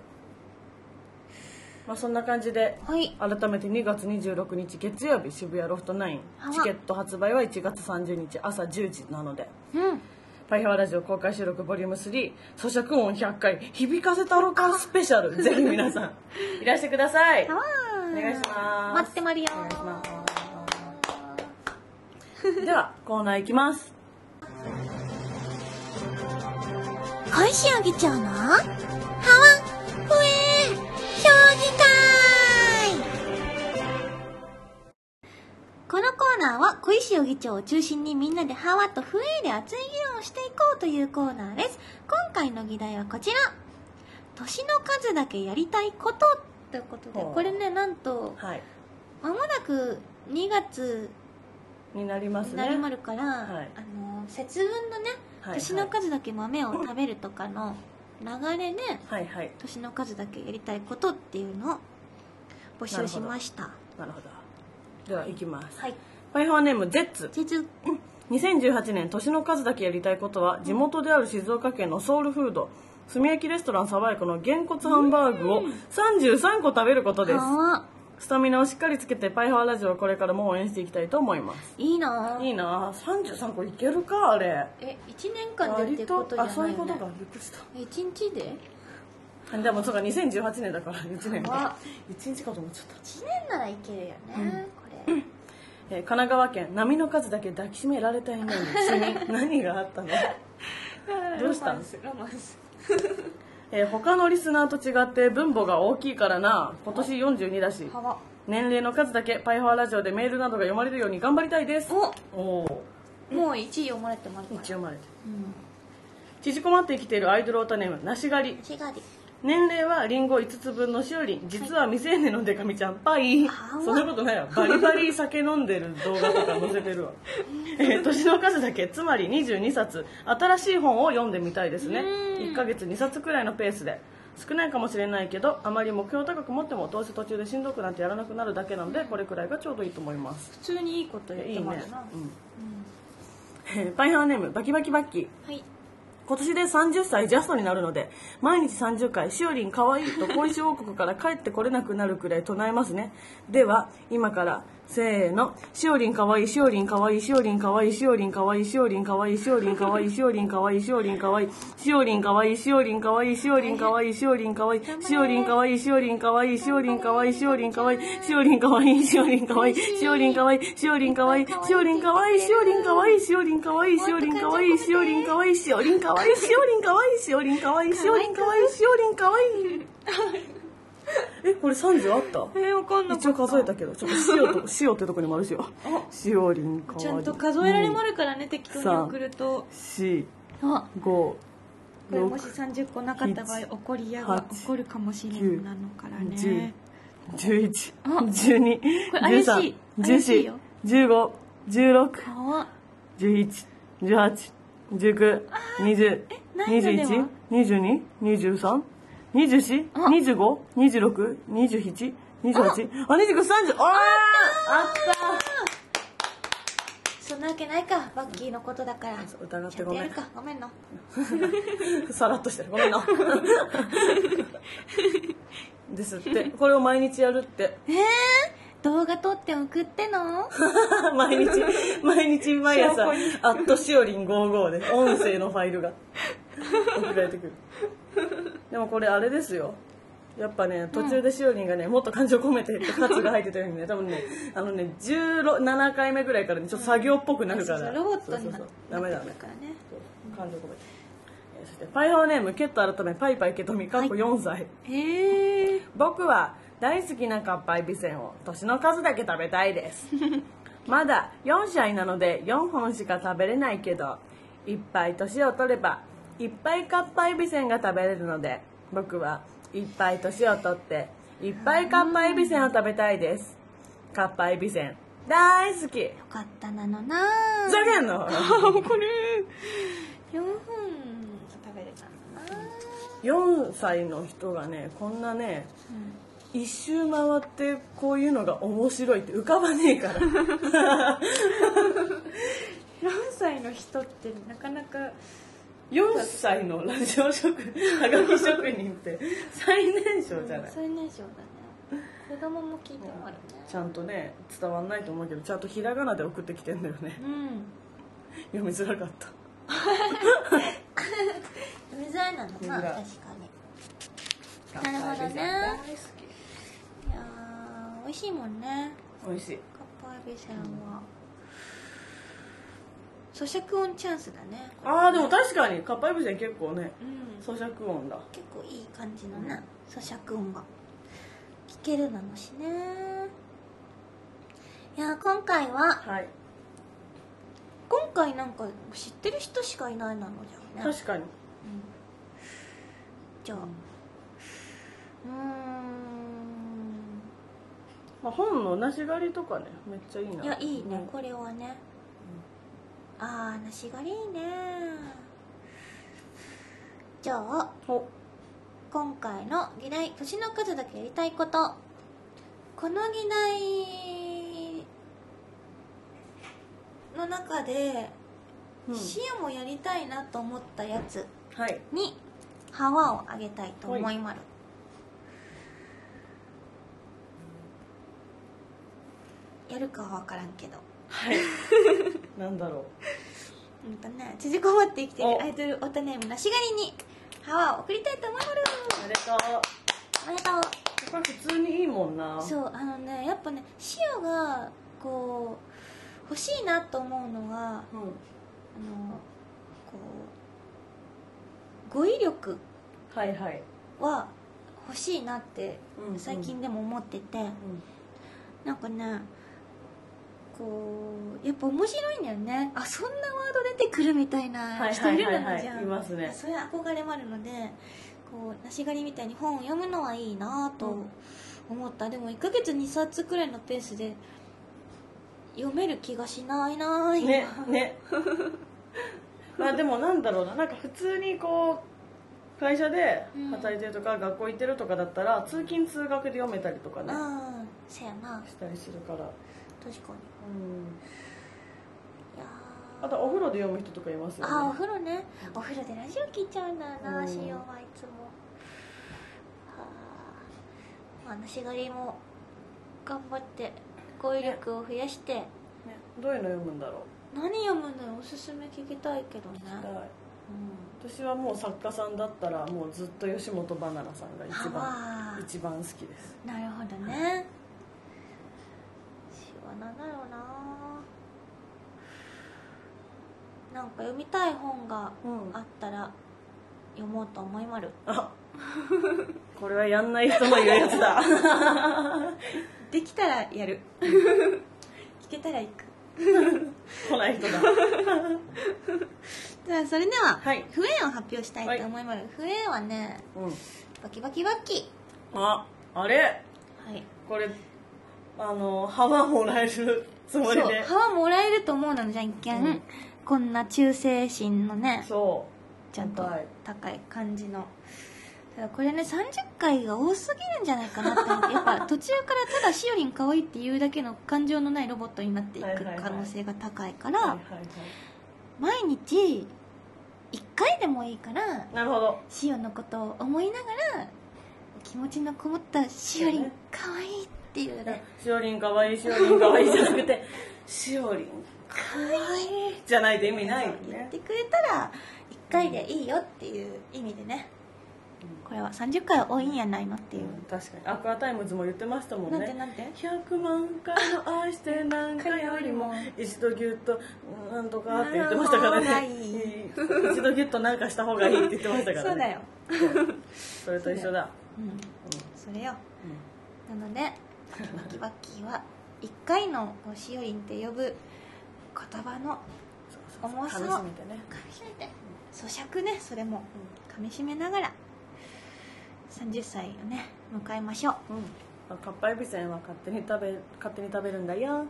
Speaker 2: まあそんな感じで
Speaker 1: はい
Speaker 2: 改めて2月26日月曜日渋谷ロフト9
Speaker 1: はい
Speaker 2: チケット発売は1月30日朝10時なので
Speaker 1: うん
Speaker 2: 「パイハワラジオ公開収録ボリューム3咀嚼音100回響かせたろかスペシャル」ぜひ 皆さんいらしてください
Speaker 1: あわ
Speaker 2: お
Speaker 1: ー
Speaker 2: 願いします
Speaker 1: 待ってまるよ
Speaker 2: お願いしますではコーナーいきます
Speaker 1: 小石あげちゃうのはわふえ将棋会このコーナーは小石容議長を中心にみんなでハワとフエで熱い議論をしていこうというコーナーです。今回の議題はこちら。年の数だけやりたいことということで
Speaker 2: ほう
Speaker 1: これねなんと
Speaker 2: はい
Speaker 1: まもなく2月
Speaker 2: になります
Speaker 1: に
Speaker 2: ね
Speaker 1: なりまるから、
Speaker 2: はい
Speaker 1: あの節分のね、
Speaker 2: はい
Speaker 1: 年の数だけ豆を食べるとかの流れで、
Speaker 2: はいはい
Speaker 1: 年の数だけやりたいことっていうのを募集しました
Speaker 2: なるほどでは行きます
Speaker 1: はい
Speaker 2: パイハーネームゼッツ
Speaker 1: 地図
Speaker 2: 2018年年の数だけやりたいことは地元である静岡県のソウルフード炭焼きレストランさわやかのげんこつハンバーグを33個食べることです
Speaker 1: あ
Speaker 2: スタミナをしっかりつけてパイハーラジオはこれからも応援していきたいと思います
Speaker 1: ーいいない
Speaker 2: いなあ33個いけるかあれ
Speaker 1: え1年間でっていうことじゃ
Speaker 2: あ
Speaker 1: ない
Speaker 2: そういうこ
Speaker 1: よ
Speaker 2: と
Speaker 1: ね
Speaker 2: かびっくりした
Speaker 1: え一日で
Speaker 2: あでもそうか2018年だから1年
Speaker 1: あ
Speaker 2: か1日かと思っちゃった、
Speaker 1: 1年ならいけるよね、これ
Speaker 2: えー神奈川県波の数だけ抱きしめられた いのに君何があったの、どうした
Speaker 1: ロマンスロマンス
Speaker 2: えー他のリスナーと違って分母が大きいからな今年42だし
Speaker 1: 幅
Speaker 2: 年齢の数だけパイハワラジオでメールなどが読まれるように頑張りたいですおお
Speaker 1: もう1位読まれてもらっ
Speaker 2: ー一応生まれて
Speaker 1: うん
Speaker 2: 縮こまって生きているアイドルオタネームなしがり
Speaker 1: 違うで
Speaker 2: 年齢はリンゴ5つ分のしおりん実は未成年のデカミちゃんパイ
Speaker 1: あわ
Speaker 2: そんなことないわバリバリ酒飲んでる動画とか載せて るわ、えー年の数だけつまり22冊新しい本を読んでみたいですね
Speaker 1: うん
Speaker 2: 1ヶ月2冊くらいのペースで少ないかもしれないけどあまり目標高く持ってもどうせ途中でしんどくなってやらなくなるだけなのでこれくらいがちょうどいいと思います
Speaker 1: 普通にいいこと言っ
Speaker 2: いい
Speaker 1: て
Speaker 2: ね、うん
Speaker 1: ますな
Speaker 2: えーパイハーネームバキバキバッキー
Speaker 1: はい
Speaker 2: 今年で30歳ジャストになるので毎日30回「しおりんかわいい」と小石王国から帰ってこれなくなるくらい唱えますねでは今からせーの「しおりんかわいいしおりんかわいいしおりんかわいいしおりんかわいいしおりんかわいいしおりんかわいいしおりんかわいいしおりんかわいいしおりんかわいいしおりんかわいいしおりんかわいいしおりんかわいいしおりんかわいいしおりんかわいいしおりんかわいいしおりんかわいいしおりんかわいいしおりんかわいいしおりんかわいいしおりんかわいいしおりんかわいいしおりんかわいいしおりんかわいいしおりんかわいいしおりんかわいいしおりんかわいいしおりんかわいいしおりんかわいいしおりんかわいいしおりんかわいいえこれ30あった
Speaker 1: えー、わかんなかっ
Speaker 2: 一
Speaker 1: た
Speaker 2: 応数えたけどちょっとしおとしおってとこにもあるしよしおりんかわいい
Speaker 1: ちゃんと数えられまるからね、適当に
Speaker 2: さん
Speaker 1: 送ると
Speaker 2: 四
Speaker 1: あこ
Speaker 2: 五
Speaker 1: れ
Speaker 2: 六
Speaker 1: もし30個なかった場合
Speaker 2: 一
Speaker 1: 起こりやが
Speaker 2: 八
Speaker 1: 起こるかもしれんなのから
Speaker 2: 十
Speaker 1: ね
Speaker 2: 十一
Speaker 1: あ
Speaker 2: 十二
Speaker 1: これ
Speaker 2: 十
Speaker 1: 怪し
Speaker 2: 三
Speaker 1: い怪
Speaker 2: 十
Speaker 1: しい
Speaker 2: 四
Speaker 1: よ
Speaker 2: 十五十六
Speaker 1: かわ
Speaker 2: 十一十八十九二十
Speaker 1: ない
Speaker 2: 二
Speaker 1: の
Speaker 2: 十
Speaker 1: では
Speaker 2: 一二十二二十三二十四
Speaker 1: あ
Speaker 2: 二十五二十六二十七二十八あ二十九三十ああった
Speaker 1: そんなわけないかバッキーのことだから
Speaker 2: そう疑って
Speaker 1: ちゃん
Speaker 2: ご
Speaker 1: とや
Speaker 2: め
Speaker 1: る
Speaker 2: ん
Speaker 1: かごめんの
Speaker 2: さらっとしてるごめんなですってこれを毎日やるって
Speaker 1: えー、動画撮って送っての
Speaker 2: 毎日毎日毎朝
Speaker 1: 証拠
Speaker 2: 「アットしおりん55」で音声のファイルが送られてくるでもこれあれですよやっぱね途中でしおりんがね、もっと感情込めてってカツが入ってたようにね多分ねあのね17回目ぐらいからねちょっと作業っぽくなるか
Speaker 1: そうそ
Speaker 2: ら
Speaker 1: うロボットに
Speaker 2: そう
Speaker 1: な
Speaker 2: そう
Speaker 1: っ
Speaker 2: そうダメダ
Speaker 1: て
Speaker 2: メ
Speaker 1: るからね
Speaker 2: 感情込めてえーそしてパイハーネームケット改めパイパイケトミかっこ4歳、
Speaker 1: えー、
Speaker 2: 僕は大好きなかっぱえびせんを年の数だけ食べた いですまだ4歳なので4本しか食べれないけどいっぱい年を取ればいっぱいかっぱえびせんが食べれるので僕はいっぱい年を取っていっぱいかっぱえびせんを食べたいですかっぱえびせん大好き
Speaker 1: よかったなのな
Speaker 2: ふざけんの
Speaker 1: これ4本食べれたんだな、
Speaker 2: 4歳の人がねこんなね
Speaker 1: うん
Speaker 2: 一周回ってこういうのが面白いって浮かばねえから
Speaker 1: 4歳の人ってなかなか
Speaker 2: 4歳のラジオ職はがき職人って最年少じゃない、
Speaker 1: 最年少だね子供も聞いてもあるね
Speaker 2: ちゃんとね伝わんないと思うけどちゃんとひらがなで送ってきてんだよね
Speaker 1: うん
Speaker 2: 読みづらかった
Speaker 1: 読みづらいなのな
Speaker 2: 読みづら
Speaker 1: 確か
Speaker 2: い
Speaker 1: になるほどねいやー美味しいもんね
Speaker 2: 美味しい
Speaker 1: カッパエビせんは咀嚼音チャンスだね
Speaker 2: ああでも確かにかっぱえびせん結構ね
Speaker 1: うん
Speaker 2: 咀嚼音だ
Speaker 1: 結構いい感じのね咀嚼音が聞けるなのしねいやー今回は
Speaker 2: はい
Speaker 1: 今回なんか知ってる人しかいないなのじゃんね
Speaker 2: 確かに
Speaker 1: じゃあうーん
Speaker 2: まあ、本のなし狩りとかねめっちゃいいない
Speaker 1: いやいいね、
Speaker 2: うん
Speaker 1: これはね、ああなしがりいいねじゃあ
Speaker 2: お
Speaker 1: 今回の議題年の数だけやりたいことこの議題の中で、
Speaker 2: うん
Speaker 1: シオもやりたいなと思ったやつ
Speaker 2: はい
Speaker 1: に幅をあげたいと思いますやるかは分からんけど
Speaker 2: はいなんだろ
Speaker 1: うんとね縮こまって生きてい
Speaker 2: お
Speaker 1: るアイドルオタネームなしがりに幅を送りたいと思いま
Speaker 2: うあれと
Speaker 1: すおめでとう
Speaker 2: これ普通にいいもんな
Speaker 1: そうあのねやっぱね塩がこう欲しいなと思うのがあの
Speaker 2: うん、
Speaker 1: こう語彙力
Speaker 2: はいはい、
Speaker 1: は欲しいなって
Speaker 2: うん
Speaker 1: 最近でも思ってて、
Speaker 2: うん
Speaker 1: なんかねこうやっぱ面白いんだよねあそんなワード出てくるみたいな人いるのじゃ
Speaker 2: は
Speaker 1: ん
Speaker 2: いますね
Speaker 1: それ憧れもあるのでこうなしがりみたいに本を読むのはいいなと思った、でも1ヶ月2冊くらいのペースで読める気がしないな今
Speaker 2: ね ねまあでもなんだろうななんか普通にこう会社で働いてるとか、学校行ってるとかだったら通勤通学で読めたりとかね、
Speaker 1: うんせやな
Speaker 2: したりするから、
Speaker 1: 確かにいやー
Speaker 2: あとお風呂で読む人とかいますよね
Speaker 1: あお風呂ねお風呂でラジオ聞いちゃうんだよな
Speaker 2: うん
Speaker 1: しおはいつもはあまあなしがりも頑張って語彙力を増やして、
Speaker 2: ねどういうの読むんだろ
Speaker 1: 何読むのよおすすめ聞きたいけどね
Speaker 2: う、はい私はもう作家さんだったらもうずっと吉本ばななさんが一番
Speaker 1: あ
Speaker 2: 一番好きです
Speaker 1: あなるほどねしはなんだろうななんか読みたい本が
Speaker 2: うん
Speaker 1: あったら読もうと思いまる
Speaker 2: あ これはやんない人の言うやつだ
Speaker 1: できたらや る聞けたら行く
Speaker 2: 来ない人だ
Speaker 1: じゃあそれでは、
Speaker 2: はい
Speaker 1: 不縁を発表したいと思います、不縁はね
Speaker 2: うん
Speaker 1: バキバキバキ
Speaker 2: ああれ
Speaker 1: はい
Speaker 2: これあの幅もらえるつもり
Speaker 1: そう
Speaker 2: で
Speaker 1: 歯はもらえると思うのじゃん一見、
Speaker 2: うん
Speaker 1: こんな忠誠心のね
Speaker 2: そ
Speaker 1: ちゃんと
Speaker 2: 高い
Speaker 1: 高い感じのただこれね30回が多すぎるんじゃないかなって思 ってやっぱ途中からただしおりん可愛いっていうだけの感情のないロボットになってい
Speaker 2: はいは
Speaker 1: く
Speaker 2: いはい
Speaker 1: 可能性が高いか
Speaker 2: う、
Speaker 1: ら
Speaker 2: はい
Speaker 1: 毎日1回でもいいから
Speaker 2: なるほど
Speaker 1: しおのことを思いながら気持ちのこもったしおりん可愛いっていうね
Speaker 2: しおりんかわいいしおりんかわいいじゃなくてしおりん
Speaker 1: 可愛い
Speaker 2: じゃないと意味ないよ
Speaker 1: 言っ
Speaker 2: ね
Speaker 1: てくれたら1回でいいよっていう意味でねこれは30回は多いんやないのっていう、
Speaker 2: うん確かにアクアタイムズも言ってましたもん
Speaker 1: なんて
Speaker 2: ね
Speaker 1: なんて
Speaker 2: 100万回の愛してなんかよりも一度ギュッとなんとかって言ってましたから
Speaker 1: なんか
Speaker 2: ね
Speaker 1: いい
Speaker 2: 一度ギュッとなんかした方がいいって言ってましたから
Speaker 1: そう
Speaker 2: ね
Speaker 1: だよ、
Speaker 2: それと一緒だ
Speaker 1: うん、それよなので「バキバキ」は1回の「しおりん」って呼ぶ言葉の重さを
Speaker 2: 楽しみてね
Speaker 1: 噛みしめて咀嚼ねそれも噛みしめながら30歳をね迎えましょう
Speaker 2: うん、かっぱえびせんは勝手に食べ勝手に食べるんだ よ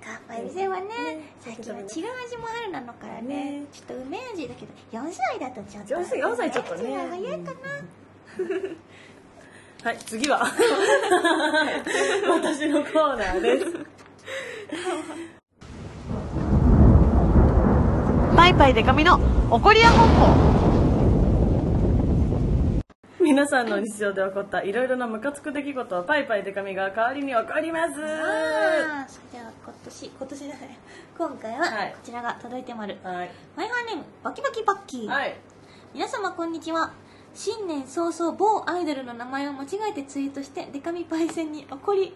Speaker 1: カッパエビセンはね
Speaker 2: ね
Speaker 1: 最近は違う味もあるなのからね
Speaker 2: ね
Speaker 1: ちょっと梅味だけど4歳だとちょっと
Speaker 2: 4歳4歳ちょっとね
Speaker 1: 早いかな、
Speaker 2: はい次 は私のコーナーですパイパイでかみの怒りや本舗皆さんの日常で起こったいろいろなムカつく出来事をパイパイでかみが代わりに分かりますは
Speaker 1: あーそれでは今年今年じゃない今回は
Speaker 2: はい
Speaker 1: こちらが届いてまる、
Speaker 2: い
Speaker 1: マイハーネームバキバキバッキー、
Speaker 2: はい
Speaker 1: 皆様こんにちは新年早々某アイドルの名前を間違えてツイートしてデカミパイセンに怒り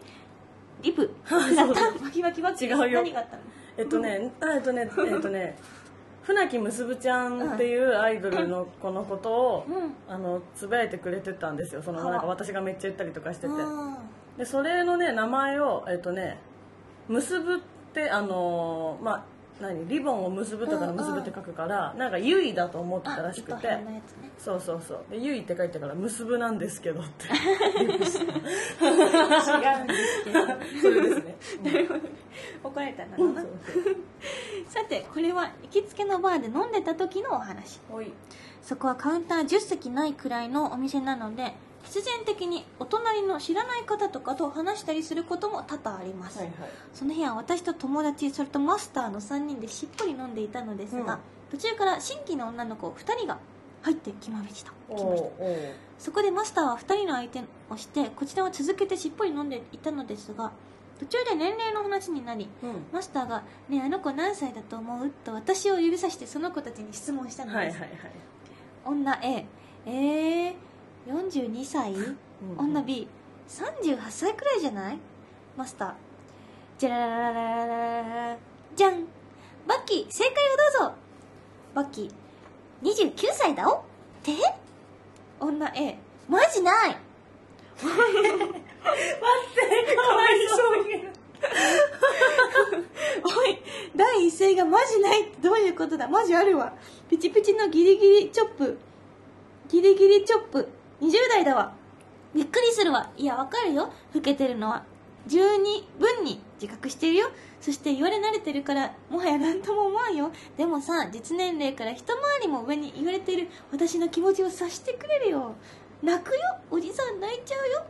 Speaker 1: リ プだったバキバキバッキー
Speaker 2: 違うよ
Speaker 1: 何があったの
Speaker 2: えっとね、あえっとね、えっとね、船木むすぶちゃんっていうアイドルの子のことを、
Speaker 1: うん
Speaker 2: あのつぶやいてくれてたんですよその
Speaker 1: あら
Speaker 2: なんか私がめっちゃ言ったりとかしてて
Speaker 1: あ
Speaker 2: でそれのね名前をえっとね「むすぶ」ってあのーまあ何リボンを結ぶとかの結ぶって書くから、なんか「ゆい」だと思ってたらしく
Speaker 1: あ糸
Speaker 2: て
Speaker 1: 編のやつね
Speaker 2: そうそうそうで「ゆい」って書いてから「結ぶなんですけど」って リプした
Speaker 1: 違うんですけど
Speaker 2: それですね、
Speaker 1: 怒られたんだ
Speaker 2: うん
Speaker 1: な
Speaker 2: そうそう
Speaker 1: さてこれは行きつけのバーで飲んでた時のお話
Speaker 2: おい
Speaker 1: そこはカウンター10席ないくらいのお店なので必然的にお隣の知らない方とかと話したりすることも多々あります、
Speaker 2: はいはい
Speaker 1: その日は私と友達それとマスターの3人でしっぽり飲んでいたのですが、途中から新規の女の子2人が入ってきました
Speaker 2: お
Speaker 1: きました
Speaker 2: おおう
Speaker 1: そこでマスターは2人の相手をしてこちらは続けてしっぽり飲んでいたのですが途中で年齢の話になり
Speaker 2: うん
Speaker 1: マスターが「ねえあの子何歳だと思う?」と私を指さしてその子たちに質問したのです、
Speaker 2: はいはいはい、
Speaker 1: 女 A えー、42歳
Speaker 2: うん
Speaker 1: 女 B38 歳くらいじゃないマスターじゃらららららららじゃんバッキー正解をどうぞバッキー29歳だおって女 A マジない
Speaker 2: かわいそうに
Speaker 1: おい第一声がマジないってどういうことだマジあるわピチピチのギリギリチョップギリギリチョップ20代だわびっくりするわいやわかるよ老けてるのは十二分に自覚してるよそして言われ慣れてるからもはや何とも思わんよでもさ実年齢から一回りも上に言われてる私の気持ちを察してくれるよ泣くよおじさん泣いちゃうよ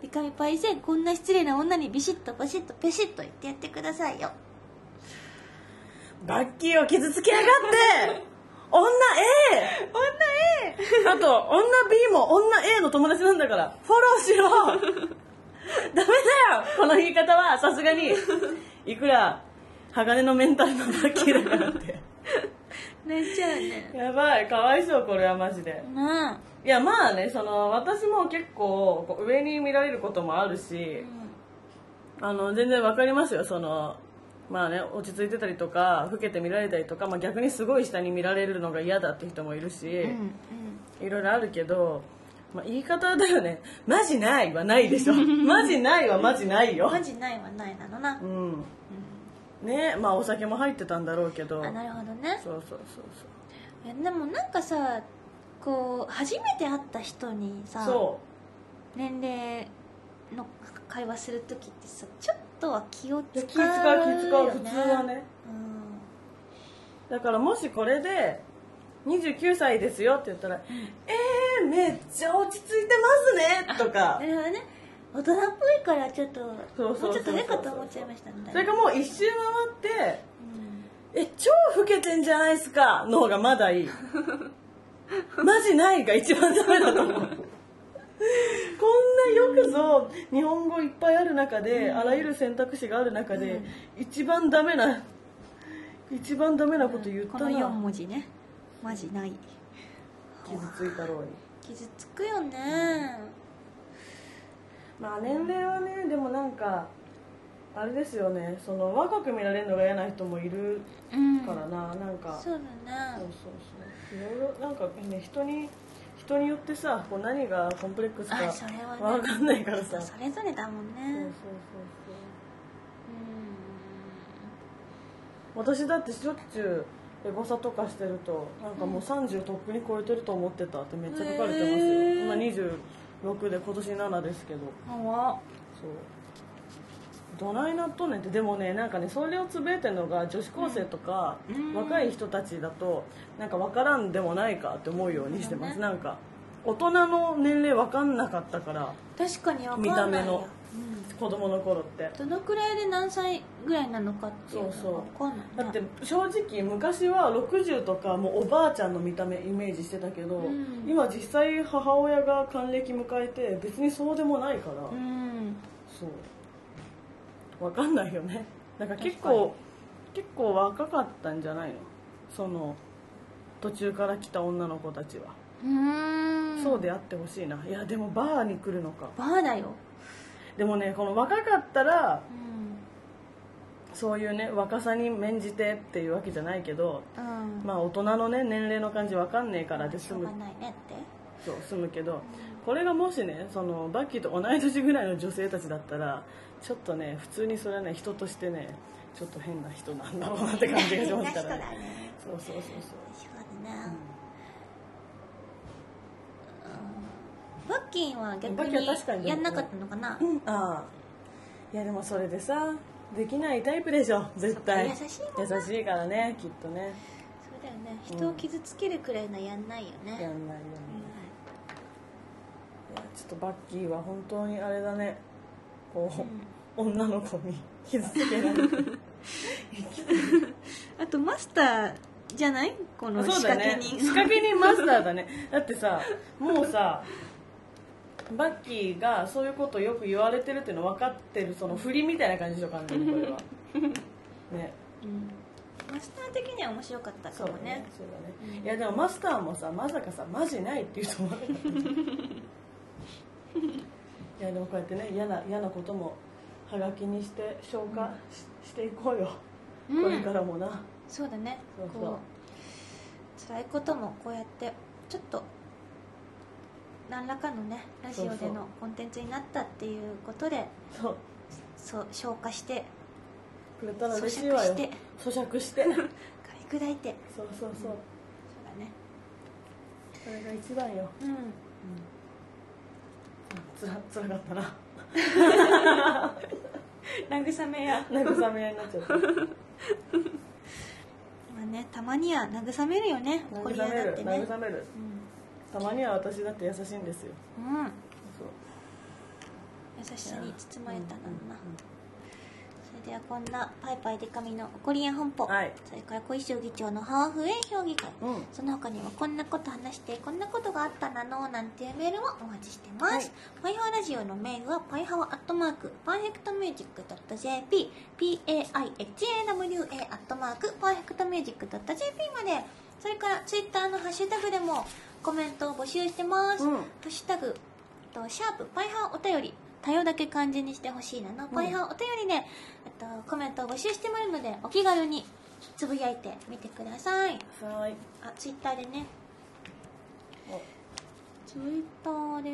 Speaker 1: でかみパイセンこんな失礼な女にビシッとバシッとペシッと言ってやってくださいよ
Speaker 2: バッキーを傷つけやがって女 A!
Speaker 1: 女 A
Speaker 2: あと女 B も女 A の友達なんだからフォローしろダメだよこの言い方はさすがにいくら鋼のメンタルのバッキーだからって
Speaker 1: 泣いちゃうね
Speaker 2: やばいかわいそうこれはマジで
Speaker 1: なあ
Speaker 2: いやまあねその私も結構こう上に見られることもあるしあの全然わかりますよそのまあね落ち着いてたりとか老けて見られたりとか、まあ、逆にすごい下に見られるのが嫌だって人もいるし、
Speaker 1: うんうん
Speaker 2: いろいろあるけど、まあ、言い方だよね「マジない」はないで しょ「マジない」はマジないよ
Speaker 1: マジないはないなのな
Speaker 2: う、んねまあお酒も入ってたんだろうけど
Speaker 1: あなるほどね
Speaker 2: そうそうそう
Speaker 1: いやでもなんかさこう初めて会った人に
Speaker 2: そう
Speaker 1: さ
Speaker 2: そ
Speaker 1: 年齢の会話する時ってさちょっとは気を
Speaker 2: うい
Speaker 1: 使
Speaker 2: や
Speaker 1: う
Speaker 2: 気使う気使う
Speaker 1: よ
Speaker 2: 普通はね
Speaker 1: うん
Speaker 2: だからもしこれで29歳ですよって言ったら「えー、めっちゃ落ち着いてますね」と
Speaker 1: な
Speaker 2: か
Speaker 1: るほどね大人っぽいからちょっと
Speaker 2: そうそうそうそう
Speaker 1: もうちょっと上かと思っちゃいましたみたい
Speaker 2: それ
Speaker 1: な
Speaker 2: かもう一周回って
Speaker 1: うん
Speaker 2: 「え超老けてんじゃないっすか」の方がまだいいマジないが一番ダメだと思うこんなよくぞ日本語いっぱいある中で、あらゆる選択肢がある中で、一番ダメな一番ダメなこと言っ
Speaker 1: こ
Speaker 2: た
Speaker 1: の
Speaker 2: な、
Speaker 1: 4文字ねマジない
Speaker 2: 傷ついたろうに
Speaker 1: 傷つくよね
Speaker 2: まあ年齢はねでもなんかあれですよねその若く見られるのが嫌な人もいる
Speaker 1: うん
Speaker 2: からな、なんか
Speaker 1: そう
Speaker 2: そ
Speaker 1: だ
Speaker 2: う
Speaker 1: ね
Speaker 2: そうそういろいろなんかね人に人によってさこう何がコンプレックスか
Speaker 1: あそれはね
Speaker 2: わかんないから
Speaker 1: そ
Speaker 2: さ
Speaker 1: う
Speaker 2: そう
Speaker 1: それぞれだもん
Speaker 2: そうそう
Speaker 1: ね
Speaker 2: そ
Speaker 1: う
Speaker 2: う私だってしょっちゅうエゴサとかしてるとなんかもう30とっくに超えてると思ってたってめっちゃ書かれてますよ、
Speaker 1: へー
Speaker 2: 今26で今年7ですけど
Speaker 1: んあ
Speaker 2: そうどないなっとんねんってでもねなんかねそれをつぶえてんのが女子高生とか、
Speaker 1: うん
Speaker 2: 若い人たちだとなんか分からんでもないかって思うようにしてます、
Speaker 1: そうだ
Speaker 2: なんか大人の年齢分かんなかったから
Speaker 1: 確かにわかんない
Speaker 2: 見た目
Speaker 1: や
Speaker 2: の
Speaker 1: うん
Speaker 2: 子供の頃って
Speaker 1: どのくらいで何歳ぐらいなのかっていう
Speaker 2: そうそう
Speaker 1: のがわかんないね
Speaker 2: だって正直昔は60とかもうおばあちゃんの見た目イメージしてたけど、
Speaker 1: うん
Speaker 2: 今実際母親が還暦迎えて別にそうでもないから、
Speaker 1: うん
Speaker 2: そう分かんないよねなんか結
Speaker 1: 確
Speaker 2: 構結構若かったんじゃないのその途中から来た女の子たちは、
Speaker 1: うーん
Speaker 2: そうであってほしいないやでもバーに来るのか
Speaker 1: バーだよ
Speaker 2: でもねこの若かったら
Speaker 1: うん
Speaker 2: そういうね若さに免じてっていうわけじゃないけど
Speaker 1: うん
Speaker 2: まあ大人のね年齢の感じ分かんねえからで
Speaker 1: し
Speaker 2: 済
Speaker 1: ょう
Speaker 2: む
Speaker 1: がないねって
Speaker 2: そう済むけどこれがもしねそのバッキーと同い年ぐらいの女性たちだったらちょっとね普通にそれはね人としてねちょっと変な人なんだろうなって感じがしま
Speaker 1: な
Speaker 2: し
Speaker 1: 人
Speaker 2: た
Speaker 1: だ
Speaker 2: ら、
Speaker 1: ね
Speaker 2: そうそうそ
Speaker 1: そ
Speaker 2: うそう
Speaker 1: うだな、バッキンは逆
Speaker 2: バッキンは確かに
Speaker 1: にやんなかったのかな
Speaker 2: うん、ああいやでもそれでさできないタイプでしょ絶対
Speaker 1: そっか優しいもんな
Speaker 2: 優しいからねきっとね
Speaker 1: そうだよね人を傷つけるくらいのやんないよね、
Speaker 2: やんないよね、いやちょっとバッキーは本当にあれだねこう、女の子に 傷つけられて
Speaker 1: あとマスターじゃないこの仕
Speaker 2: そう
Speaker 1: 掛
Speaker 2: だ
Speaker 1: け
Speaker 2: ね
Speaker 1: 人
Speaker 2: 仕掛け人マスタ ーだねだってさもうさバッキーがそういうことよく言われてるっていうの分かってるその振りみたいな感じでしょ完全に これはね
Speaker 1: うんマスター的には面白かったか
Speaker 2: そう
Speaker 1: も
Speaker 2: だね
Speaker 1: ね
Speaker 2: そうだね、いやでもマスターもさまさかさマジないって言うと思 わなかったじゃんいやでもこうやってね嫌な嫌なこともはがきにして消化し,、ていこうよ、
Speaker 1: うん
Speaker 2: これからもな
Speaker 1: そうだね
Speaker 2: そうそう
Speaker 1: こう辛いこともこうやってちょっと何らかのねラジオ
Speaker 2: そう
Speaker 1: で
Speaker 2: そ
Speaker 1: の
Speaker 2: う
Speaker 1: コンテンツになったっていうことで
Speaker 2: そう
Speaker 1: そう消化して
Speaker 2: くれたら嬉しいわよ
Speaker 1: 咀嚼して
Speaker 2: 咀 嚼して
Speaker 1: 噛み砕いて
Speaker 2: そうそうそう
Speaker 1: そうだね
Speaker 2: それが一番よ
Speaker 1: うん
Speaker 2: つらつらかった な
Speaker 1: 慰めや
Speaker 2: 慰め合いになっちゃった
Speaker 1: まあねたまには慰めるよね怒り屋
Speaker 2: 慰め
Speaker 1: だっ
Speaker 2: る
Speaker 1: てね
Speaker 2: 慰める
Speaker 1: うん
Speaker 2: たまには私だって優しいんですよ
Speaker 1: うん
Speaker 2: そう
Speaker 1: 優しさに包まれたんだな、それではこんなパイパイデカミの怒りや本舗、
Speaker 2: はい
Speaker 1: それから小石議長のハーフウェイ評議会、
Speaker 2: うん
Speaker 1: その他にもこんなこと話してこんなことがあったなのなんていうメールもお待ちしてます、
Speaker 2: はい
Speaker 1: パイハワラジオのメールはパイハワアットマークパーフェクトミュージック .jp paihawa アットマークパーフェクトミュージック .jp までそれからツイッターのハッシュタグでもコメントを募集してます、
Speaker 2: うん
Speaker 1: ハッシュタグえっとシャープパイハーお便り多様だけ漢字にしてほしいなの、パイハーお便りでえっとコメントを募集してもらうのでお気軽につぶやいてみてください
Speaker 2: はーい
Speaker 1: あツイッターでね
Speaker 2: お
Speaker 1: ツイッターで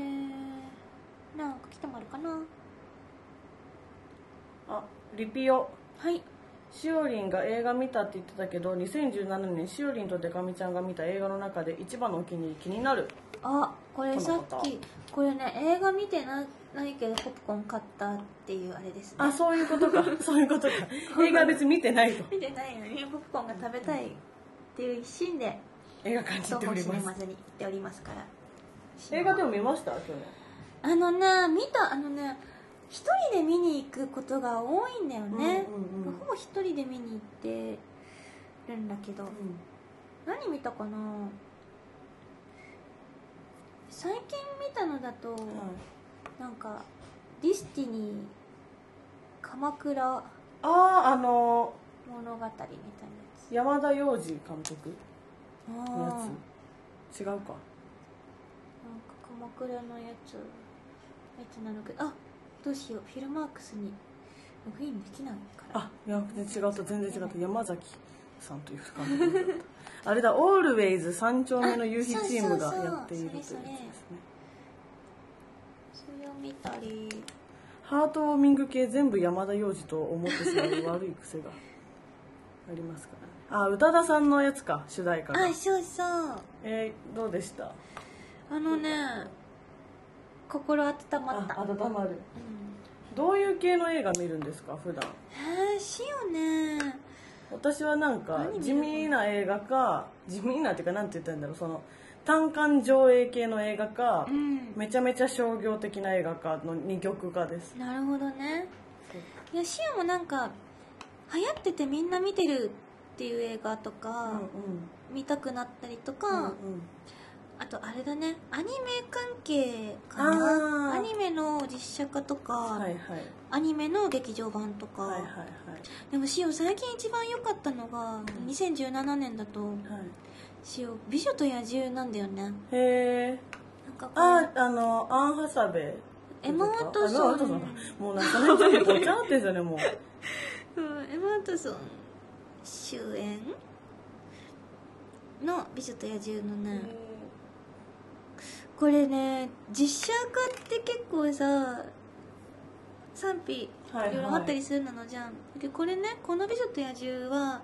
Speaker 1: なんか来てもらうかな
Speaker 2: あリピオ
Speaker 1: はい
Speaker 2: しおりんが映画見たって言ってたけど2017年しおりんとでかみちゃんが見た映画の中で一番のお気に入り気になる
Speaker 1: あこれさ
Speaker 2: この
Speaker 1: っ
Speaker 2: 方
Speaker 1: きこれね映画見てなないけどポップコーン買ったっていうあれですね
Speaker 2: あそういうことか そういうことか映画別に見てないと
Speaker 1: 見てないのにポップコーンが食べたいっていう一心で
Speaker 2: 映画館に
Speaker 1: 東
Speaker 2: 行ってお
Speaker 1: 宝
Speaker 2: り
Speaker 1: シネ
Speaker 2: ま
Speaker 1: マ
Speaker 2: す
Speaker 1: ズに行っておりますから
Speaker 2: 映画でも見ました去
Speaker 1: あのね見たあのね一人で見に行くことが多いんだよね、
Speaker 2: うんうんうん
Speaker 1: ほぼ一人で見に行ってるんだけど、
Speaker 2: 年
Speaker 1: 何見たかな最近見たのだと、なんか「ディスティニー鎌倉
Speaker 2: あああの
Speaker 1: 物語」みたい
Speaker 2: ー山田洋次監督
Speaker 1: なやつあー
Speaker 2: のやつ違うか
Speaker 1: なんか鎌倉のやつやつなのけどあどうしようフィルマークスにログインできないから
Speaker 2: あいや全然違った全然違った山崎さんという監督だったあれだ「オールウェイズ三丁目の夕日チーム」がやっているというやつです
Speaker 1: あそうそうそうそれそれ
Speaker 2: ね
Speaker 1: それを見たり
Speaker 2: ハートウォーミング系全部山田洋次と思ってしまう悪い癖がありますからねあ宇多田さんのやつか主題歌が
Speaker 1: あそうそう
Speaker 2: えー、どうでした
Speaker 1: あのね心温まったうん
Speaker 2: 温まるどういう系の映画見るんですか普段
Speaker 1: へえしよね
Speaker 2: 私はなんか
Speaker 1: 何見るの
Speaker 2: 地味な映画か地味なっていうかなんて言ったらいいんだろうその単館上映系の映画か、
Speaker 1: うん
Speaker 2: めちゃめちゃ商業的な映画かの2極化です
Speaker 1: なるほどねいやシアもなんか流行っててみんな見てるっていう映画と
Speaker 2: う
Speaker 1: か
Speaker 2: ん、
Speaker 1: 見たくなったりとか、
Speaker 2: うん
Speaker 1: あとあれだねアニメ関係か
Speaker 2: あ
Speaker 1: な
Speaker 2: ー
Speaker 1: アニメの実写化とか、
Speaker 2: はいはい
Speaker 1: アニメの劇場版とか、
Speaker 2: はいはいは
Speaker 1: でもシオ最近一番良かったのが2017年だと
Speaker 2: いはい
Speaker 1: シオ「美女と野獣」なんだよね
Speaker 2: へえ
Speaker 1: なんかこう
Speaker 2: ああのアンハサベ
Speaker 1: エマワト
Speaker 2: あ
Speaker 1: ソ
Speaker 2: エマワト
Speaker 1: ン
Speaker 2: だもうなんかその時点でごちゃってんですよねもう
Speaker 1: うんエマ・ワトソン主演の「美女と野獣」のね、これね実写化って結構さ賛否
Speaker 2: はい
Speaker 1: いろいろあったりするなのじゃん、でこれねこの「美女と野獣は」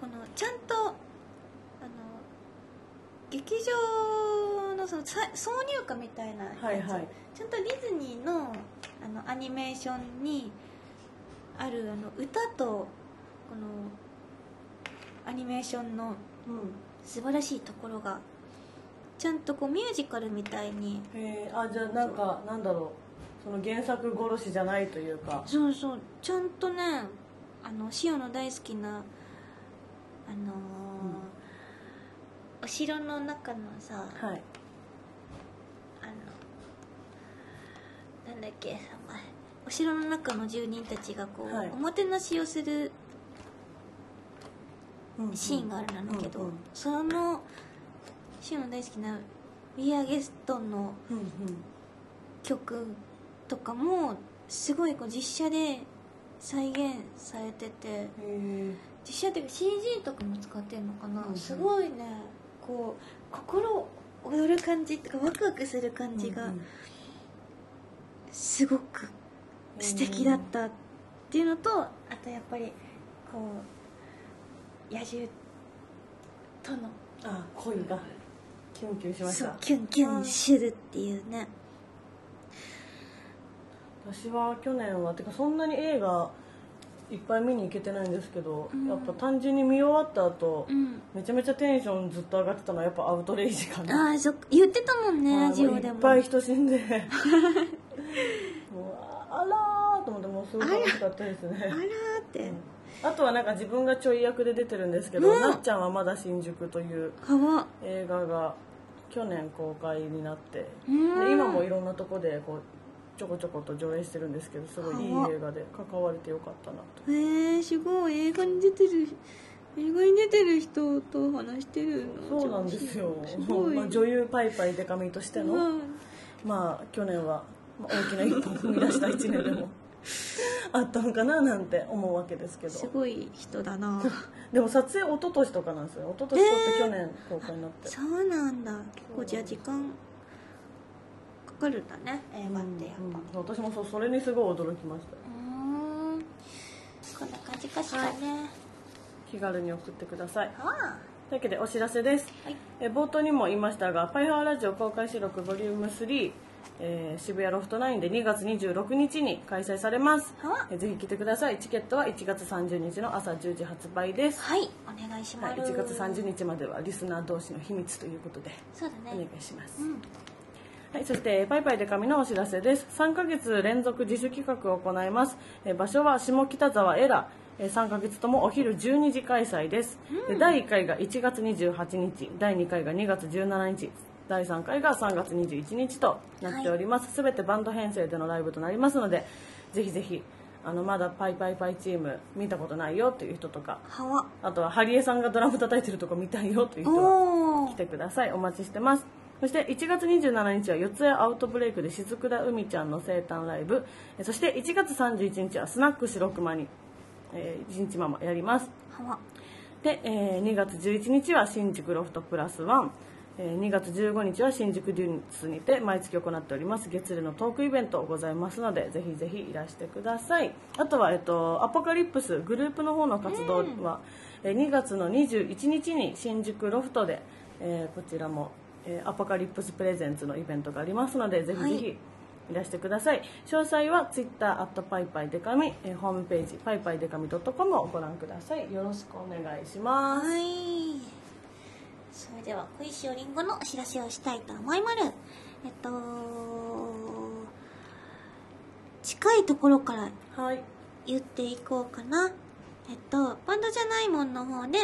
Speaker 1: このちゃんとあの劇場のそのさ挿入歌みたいなやつ、
Speaker 2: はいはい
Speaker 1: ちゃんとディズニーのあのアニメーションにあるあの歌とこのアニメーションの
Speaker 2: う
Speaker 1: 素晴らしいところがちゃんとこうミュージカルみたいに
Speaker 2: んへえあじゃあなんかなんだろうその原作殺しじゃないというか
Speaker 1: そうそうちゃんとねあの塩の大好きなあのーお城の中のさ
Speaker 2: はい
Speaker 1: あのなんだっけ名前お城の中の住人たちがこう、
Speaker 2: はい
Speaker 1: おもてなしをするシーンがあるんだけど、
Speaker 2: うんうん
Speaker 1: そのシーンの大好きな「We Are Guest」の
Speaker 2: うんうん
Speaker 1: 曲とかもすごいこう実写で再現されてて
Speaker 2: へえ
Speaker 1: 実写っていうか CG とかも使ってるのかな、
Speaker 2: うんうん
Speaker 1: すごいねこう心躍る感じっていうかワクワクする感じがすごく素敵だったっていうのとあとやっぱりこう野獣との
Speaker 2: あ恋がキュンキュンしまし
Speaker 1: そ
Speaker 2: た
Speaker 1: うキュンキュンするっていうね、
Speaker 2: 私は去年はてかそんなに映画いっぱい見に行けてないんですけど、
Speaker 1: うん
Speaker 2: やっぱ単純に見終わった後、
Speaker 1: うん
Speaker 2: めちゃめちゃテンションずっと上がってたのはやっぱアウトレイジかな
Speaker 1: ああそっ言ってたもんね
Speaker 2: あ
Speaker 1: ラ
Speaker 2: の
Speaker 1: ジオで
Speaker 2: い
Speaker 1: も
Speaker 2: っぱい人死 んでもうあらーと思ってもうすごい楽しかったです
Speaker 1: あら
Speaker 2: ね
Speaker 1: ーって、
Speaker 2: あとはなんか自分がちょい役で出てるんですけど「
Speaker 1: うん
Speaker 2: なっちゃんはまだ新宿」という
Speaker 1: かわ
Speaker 2: 映画が去年公開になって
Speaker 1: うん
Speaker 2: で今もいろんなとこでこうちょこちょこと上映してるんですけどすごいいい
Speaker 1: はあ
Speaker 2: 映画で関われてよかったなと
Speaker 1: へえー、すごい映画に出てる映画に出てる人と話してるの
Speaker 2: そうなんですよ
Speaker 1: すごい、
Speaker 2: まあ、女優パイパイデカミとしての、
Speaker 1: うん
Speaker 2: まあ去年はまあ大きな一歩を踏み出した1年で もあったのかななんて思うわけですけ
Speaker 1: す
Speaker 2: ど
Speaker 1: ごい人だ な
Speaker 2: でも撮影一昨年とかなんですよ一昨年撮って去年公開になって、
Speaker 1: そうなんだ結構じゃあ時間かかるんだね映画ってやっぱ
Speaker 2: うん私もそうそれにすごい驚きました
Speaker 1: うんんこんな感じかしらね
Speaker 2: 気軽に送ってください
Speaker 1: はあ
Speaker 2: というわけでお知らせです、
Speaker 1: はい
Speaker 2: えー冒頭にも言いましたが「パイハワラジオ公開収録ボリューム3、えー渋谷ロフト9で2月26日に開催されます
Speaker 1: は
Speaker 2: えーぜひ来てくださいチケットは1月30日の朝10時発売です、
Speaker 1: はいお願いしま
Speaker 2: は
Speaker 1: す、
Speaker 2: い、1月30日まではリスナー同士の秘密ということで
Speaker 1: そうだ
Speaker 2: お願
Speaker 1: ね
Speaker 2: いします、
Speaker 1: うん
Speaker 2: はい、そして、えーパイパイで紙のお知らせです。3ヶ月連続自主企画を行います。えー場所は下北沢エラ。えー3ヶ月ともお昼12時開催です。で第1回が1月28日、第2回が2月17日、第3回が3月21日となっております。すべ、てバンド編成でのライブとなりますので、ぜひぜひ、あの、まだパイパイパイチーム見たことないよっていう人とか、
Speaker 1: はわ
Speaker 2: あとはハリエさんがドラム叩いてるとこ見たいよという人は、
Speaker 1: おお
Speaker 2: 来てくださいお待ちしてますそして1月27日は四谷アウトブレイクで雫田海ちゃんの生誕ライブえそして1月31日はスナック白熊に、えー、一日ママやります
Speaker 1: はわ
Speaker 2: で、えー2月11日は新宿ロフトプラスワン、えー2月15日は新宿デュースにて毎月行っております月例のトークイベントございますのでぜひぜひいらしてくださいあとは、えっと、アポカリプスグループの方の活動は、えー2月の21日に新宿ロフトで、えーこちらも、えーアポカリプスプレゼンツのイベントがありますのでぜひぜひ、
Speaker 1: はい
Speaker 2: いらしてください詳細はツイッターアットパイパイデカミえーホームページパイパイデカミ .com をご覧くださいよろしくお願いします
Speaker 1: はい。それでは、小石おりんごのお知らせをしたいと思いまる。えっと、近いところから
Speaker 2: はい
Speaker 1: 言っていこうかな。えっと、バンドじゃないもんの方で、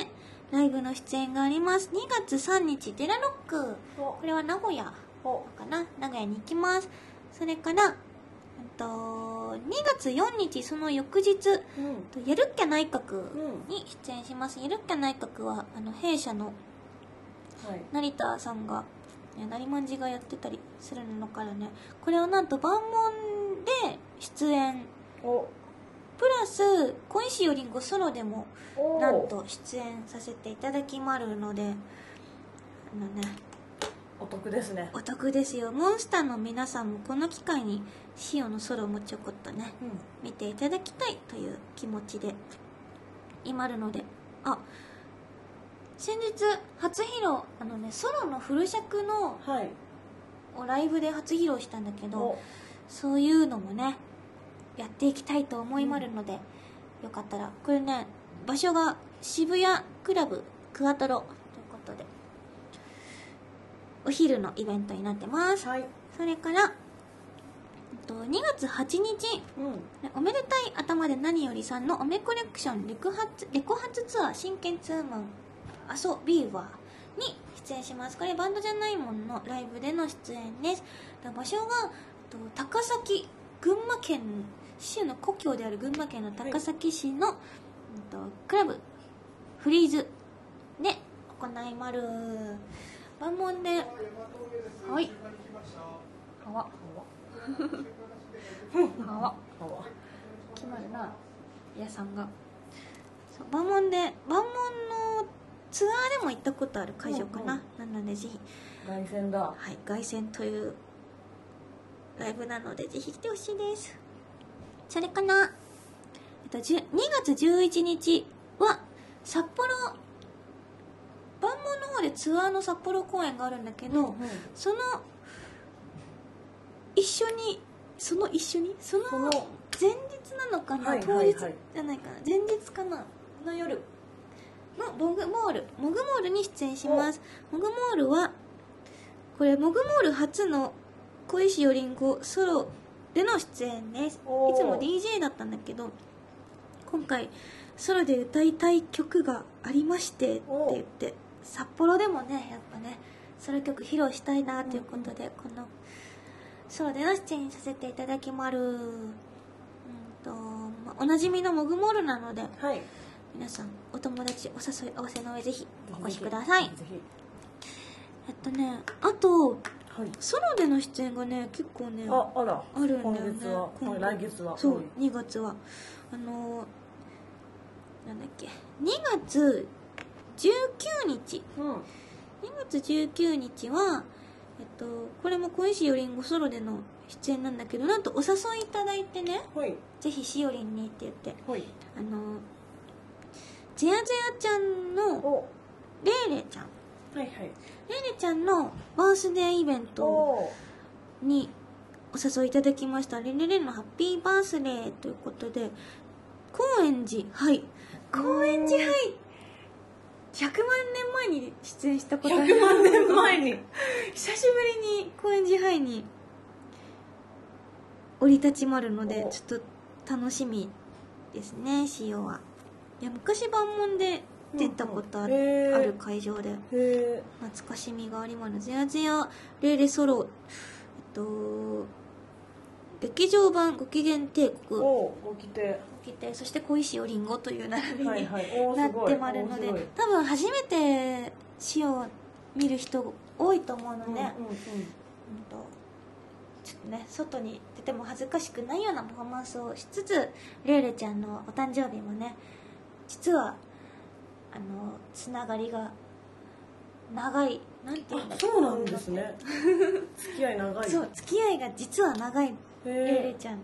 Speaker 1: ライブの出演があります。2月3日、デラロック。
Speaker 2: お
Speaker 1: これは名古屋
Speaker 2: お
Speaker 1: かな。名古屋に行きます。それから、えっと、2月4日、その翌日、
Speaker 2: うん
Speaker 1: とやるっきゃ内閣
Speaker 2: ん
Speaker 1: に出演します、やるっきゃ内閣はあの弊社の
Speaker 2: はい
Speaker 1: 成田さんがね成まんじがやってたりするのからねこれをなんと万問で出演
Speaker 2: お
Speaker 1: プラス小石よりんごソロでも
Speaker 2: お
Speaker 1: なんと出演させていただきまるのであのね
Speaker 2: お得ですね
Speaker 1: お得ですよモンスターの皆さんもこの機会にシオのソロもちょこっとね
Speaker 2: うん
Speaker 1: 見ていただきたいという気持ちでいまるのであ先日初披露あのねソロのフル尺の
Speaker 2: はい
Speaker 1: をライブで初披露したんだけど
Speaker 2: お
Speaker 1: そういうのもねやっていきたいと思いまるので、よかったらこれね場所が渋谷クラブクアトロということでお昼のイベントになってます
Speaker 2: はい
Speaker 1: それからえっと2月8日
Speaker 2: うん
Speaker 1: ねおめでたい頭で何よりさんのおめコレクションレコ発レコ発ツアー真剣ツーマンアソビーワーに出演しますこれバンドじゃないもんのライブでの出演ですと場所がと高崎群馬県市の故郷である群馬県の高崎市の、うんとクラブフリーズで行いまる万問ではいかわかわ
Speaker 2: あわ
Speaker 1: 決まるな屋さんがそう万門で万門のツアーでも行ったことある会場かな、なのでぜひ、
Speaker 2: 凱旋だ
Speaker 1: はい、凱旋というライブなのでぜひ来てほしいですそれかなえっと10 2月11日は札幌万門の方でツアーの札幌公演があるんだけど、
Speaker 2: うん
Speaker 1: その一緒にその一緒にその
Speaker 2: その
Speaker 1: 前日なのかな、
Speaker 2: はい
Speaker 1: 当日
Speaker 2: はいはい
Speaker 1: じゃないかな前日かなの夜のモグモールモグモールに出演しますモグモールはこれモグモール初の小石よりんごソロでの出演ですいつ
Speaker 2: おー
Speaker 1: も DJ だったんだけど今回ソロで歌いたい曲がありましてって
Speaker 2: お
Speaker 1: 言って札幌でもねやっぱねソロ曲披露したいなということで、このソロでの出演させていただきまるうんと、まあおなじみのモグモールなので
Speaker 2: はい
Speaker 1: 皆さんお友達お誘い合わせの上ぜひお越しください
Speaker 2: ぜひ
Speaker 1: えっとねあと
Speaker 2: はい
Speaker 1: ソロでの出演がね結構ね
Speaker 2: ああら
Speaker 1: あるんだよね
Speaker 2: 今月は
Speaker 1: 今度
Speaker 2: 来月は
Speaker 1: そううん2月はあのーなんだっけ2月19日
Speaker 2: うん
Speaker 1: 2月19日はえっとこれも小石よりんごソロでの出演なんだけどなんとお誘いいただいてね
Speaker 2: はい
Speaker 1: ぜひしおりんにって言って
Speaker 2: はい
Speaker 1: あのーゼヤゼヤちゃんの
Speaker 2: お
Speaker 1: レイレちゃん
Speaker 2: はいはい
Speaker 1: レイレちゃんのバースデーイベントを
Speaker 2: お
Speaker 1: にお誘いいただきました「レレレンのハッピーバースデー」ということで高円寺はい高円寺はい100万年前に出演したことある
Speaker 2: 100万年前に
Speaker 1: 久しぶりに高円寺ハイに降り立ちまるので
Speaker 2: お
Speaker 1: ちょっと楽しみですね塩はいや昔万問で出たことある,、
Speaker 2: うんうんへー
Speaker 1: ある会場で
Speaker 2: へえ
Speaker 1: 懐かしみがありまるゼヤゼヤレイレソロえっと劇場版ご機嫌帝国
Speaker 2: おご規定
Speaker 1: 起きてそして小石おりんごという並びに、
Speaker 2: はいはいお
Speaker 1: な
Speaker 2: す
Speaker 1: っ
Speaker 2: ごい
Speaker 1: てまるので
Speaker 2: おすごい
Speaker 1: 多分初めて詩を見る人多いと思うので、
Speaker 2: うんうんうん
Speaker 1: うんとちょっとね外に出ても恥ずかしくないようなパフォーマンスをしつつレイレちゃんのお誕生日もね実はあのつながりが長いなんて言うんだ
Speaker 2: あ
Speaker 1: っけ
Speaker 2: そうなんですね 付き合い長い
Speaker 1: そう付き合いが実は長いレイレ
Speaker 2: へえ
Speaker 1: ちゃん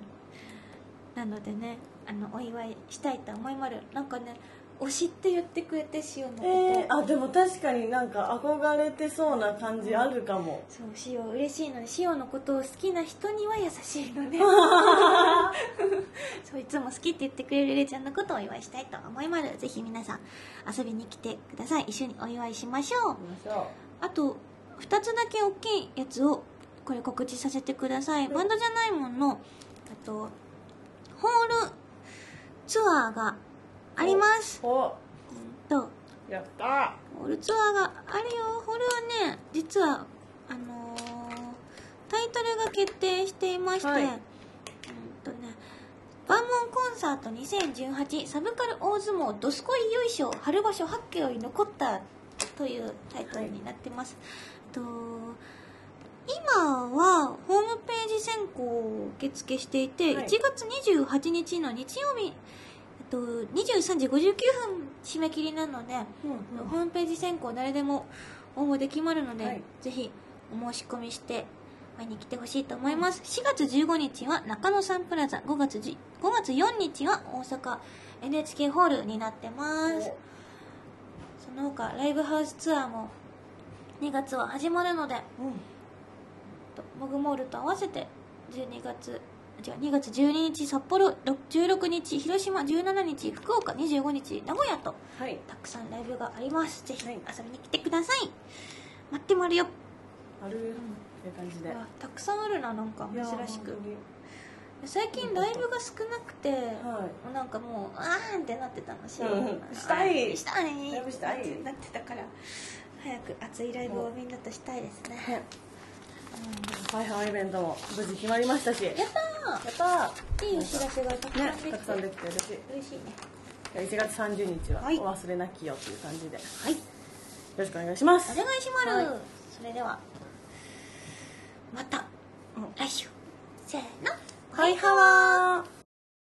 Speaker 1: なのでねあのお祝いしたいと思いまるなんかね推しって言ってくれてしおのこと、
Speaker 2: えー、あでも確かになんか憧れてそうな感じあるかも、
Speaker 1: そうしお嬉しいのにしおのことを好きな人には優しいのでそういつも好きって言ってくれるレイちゃんのことをお祝いしたいと思いますぜひ皆さん遊びに来てください一緒にお祝いしましょう
Speaker 2: 行きましょ
Speaker 1: あと2つだけ大きいやつをこれ告知させてくださいバンドじゃないもんのあとホールツアーがあります
Speaker 2: うお
Speaker 1: うんと
Speaker 2: やった
Speaker 1: ホールツアーがあるよホールはね実はあのータイトルが決定していまして、
Speaker 2: はい
Speaker 1: うんとね「万門コンサート2018サブカル大相撲どすこいよいしょ春場所8景より残った」というタイトルになってます、えっと今はホームページ選考を受付していて、
Speaker 2: はい
Speaker 1: 1月28日の日曜日えっと23時59分締め切りなので、
Speaker 2: うんうん
Speaker 1: ホームページ選考誰でも応募できまるので、
Speaker 2: はい
Speaker 1: ぜひお申し込みして会いに来てほしいと思います4月15日は中野サンプラザ5月 ,5 月4日は大阪 NHK ホールになってますその他ライブハウスツアーも2月は始まるのでとモグモールと合わせて12月違う2月12日札幌ろ16日広島17日福岡25日名古屋と
Speaker 2: はい
Speaker 1: たくさんライブがありますぜひ遊
Speaker 2: はい
Speaker 1: びに来てください、待ってまるよ
Speaker 2: あるって感じで
Speaker 1: うわたくさんあるななんか珍し
Speaker 2: いや
Speaker 1: く
Speaker 2: 本
Speaker 1: 最近ライブが少なくて、
Speaker 2: 当にはい
Speaker 1: なんかもうあーんってなってたのし、
Speaker 2: うんしたい
Speaker 1: あーしたい
Speaker 2: ライブしたい
Speaker 1: なってたから早く熱いライブをみんなとしたいですね、
Speaker 2: ねハイハイイベントも無事決まりましたしやっ
Speaker 1: やった
Speaker 2: た
Speaker 1: ーいいお知らせがたく
Speaker 2: ね
Speaker 1: さんできて、
Speaker 2: たくさんできて嬉しい
Speaker 1: 嬉しいね
Speaker 2: 1月30日は
Speaker 1: はい
Speaker 2: お忘れなきよっていう感じでよ
Speaker 1: はい
Speaker 2: ろしくお願いしま
Speaker 1: お
Speaker 2: す
Speaker 1: 願いしまる、
Speaker 2: はい
Speaker 1: それではまた
Speaker 2: うん
Speaker 1: 来週せーの
Speaker 2: ハイハワー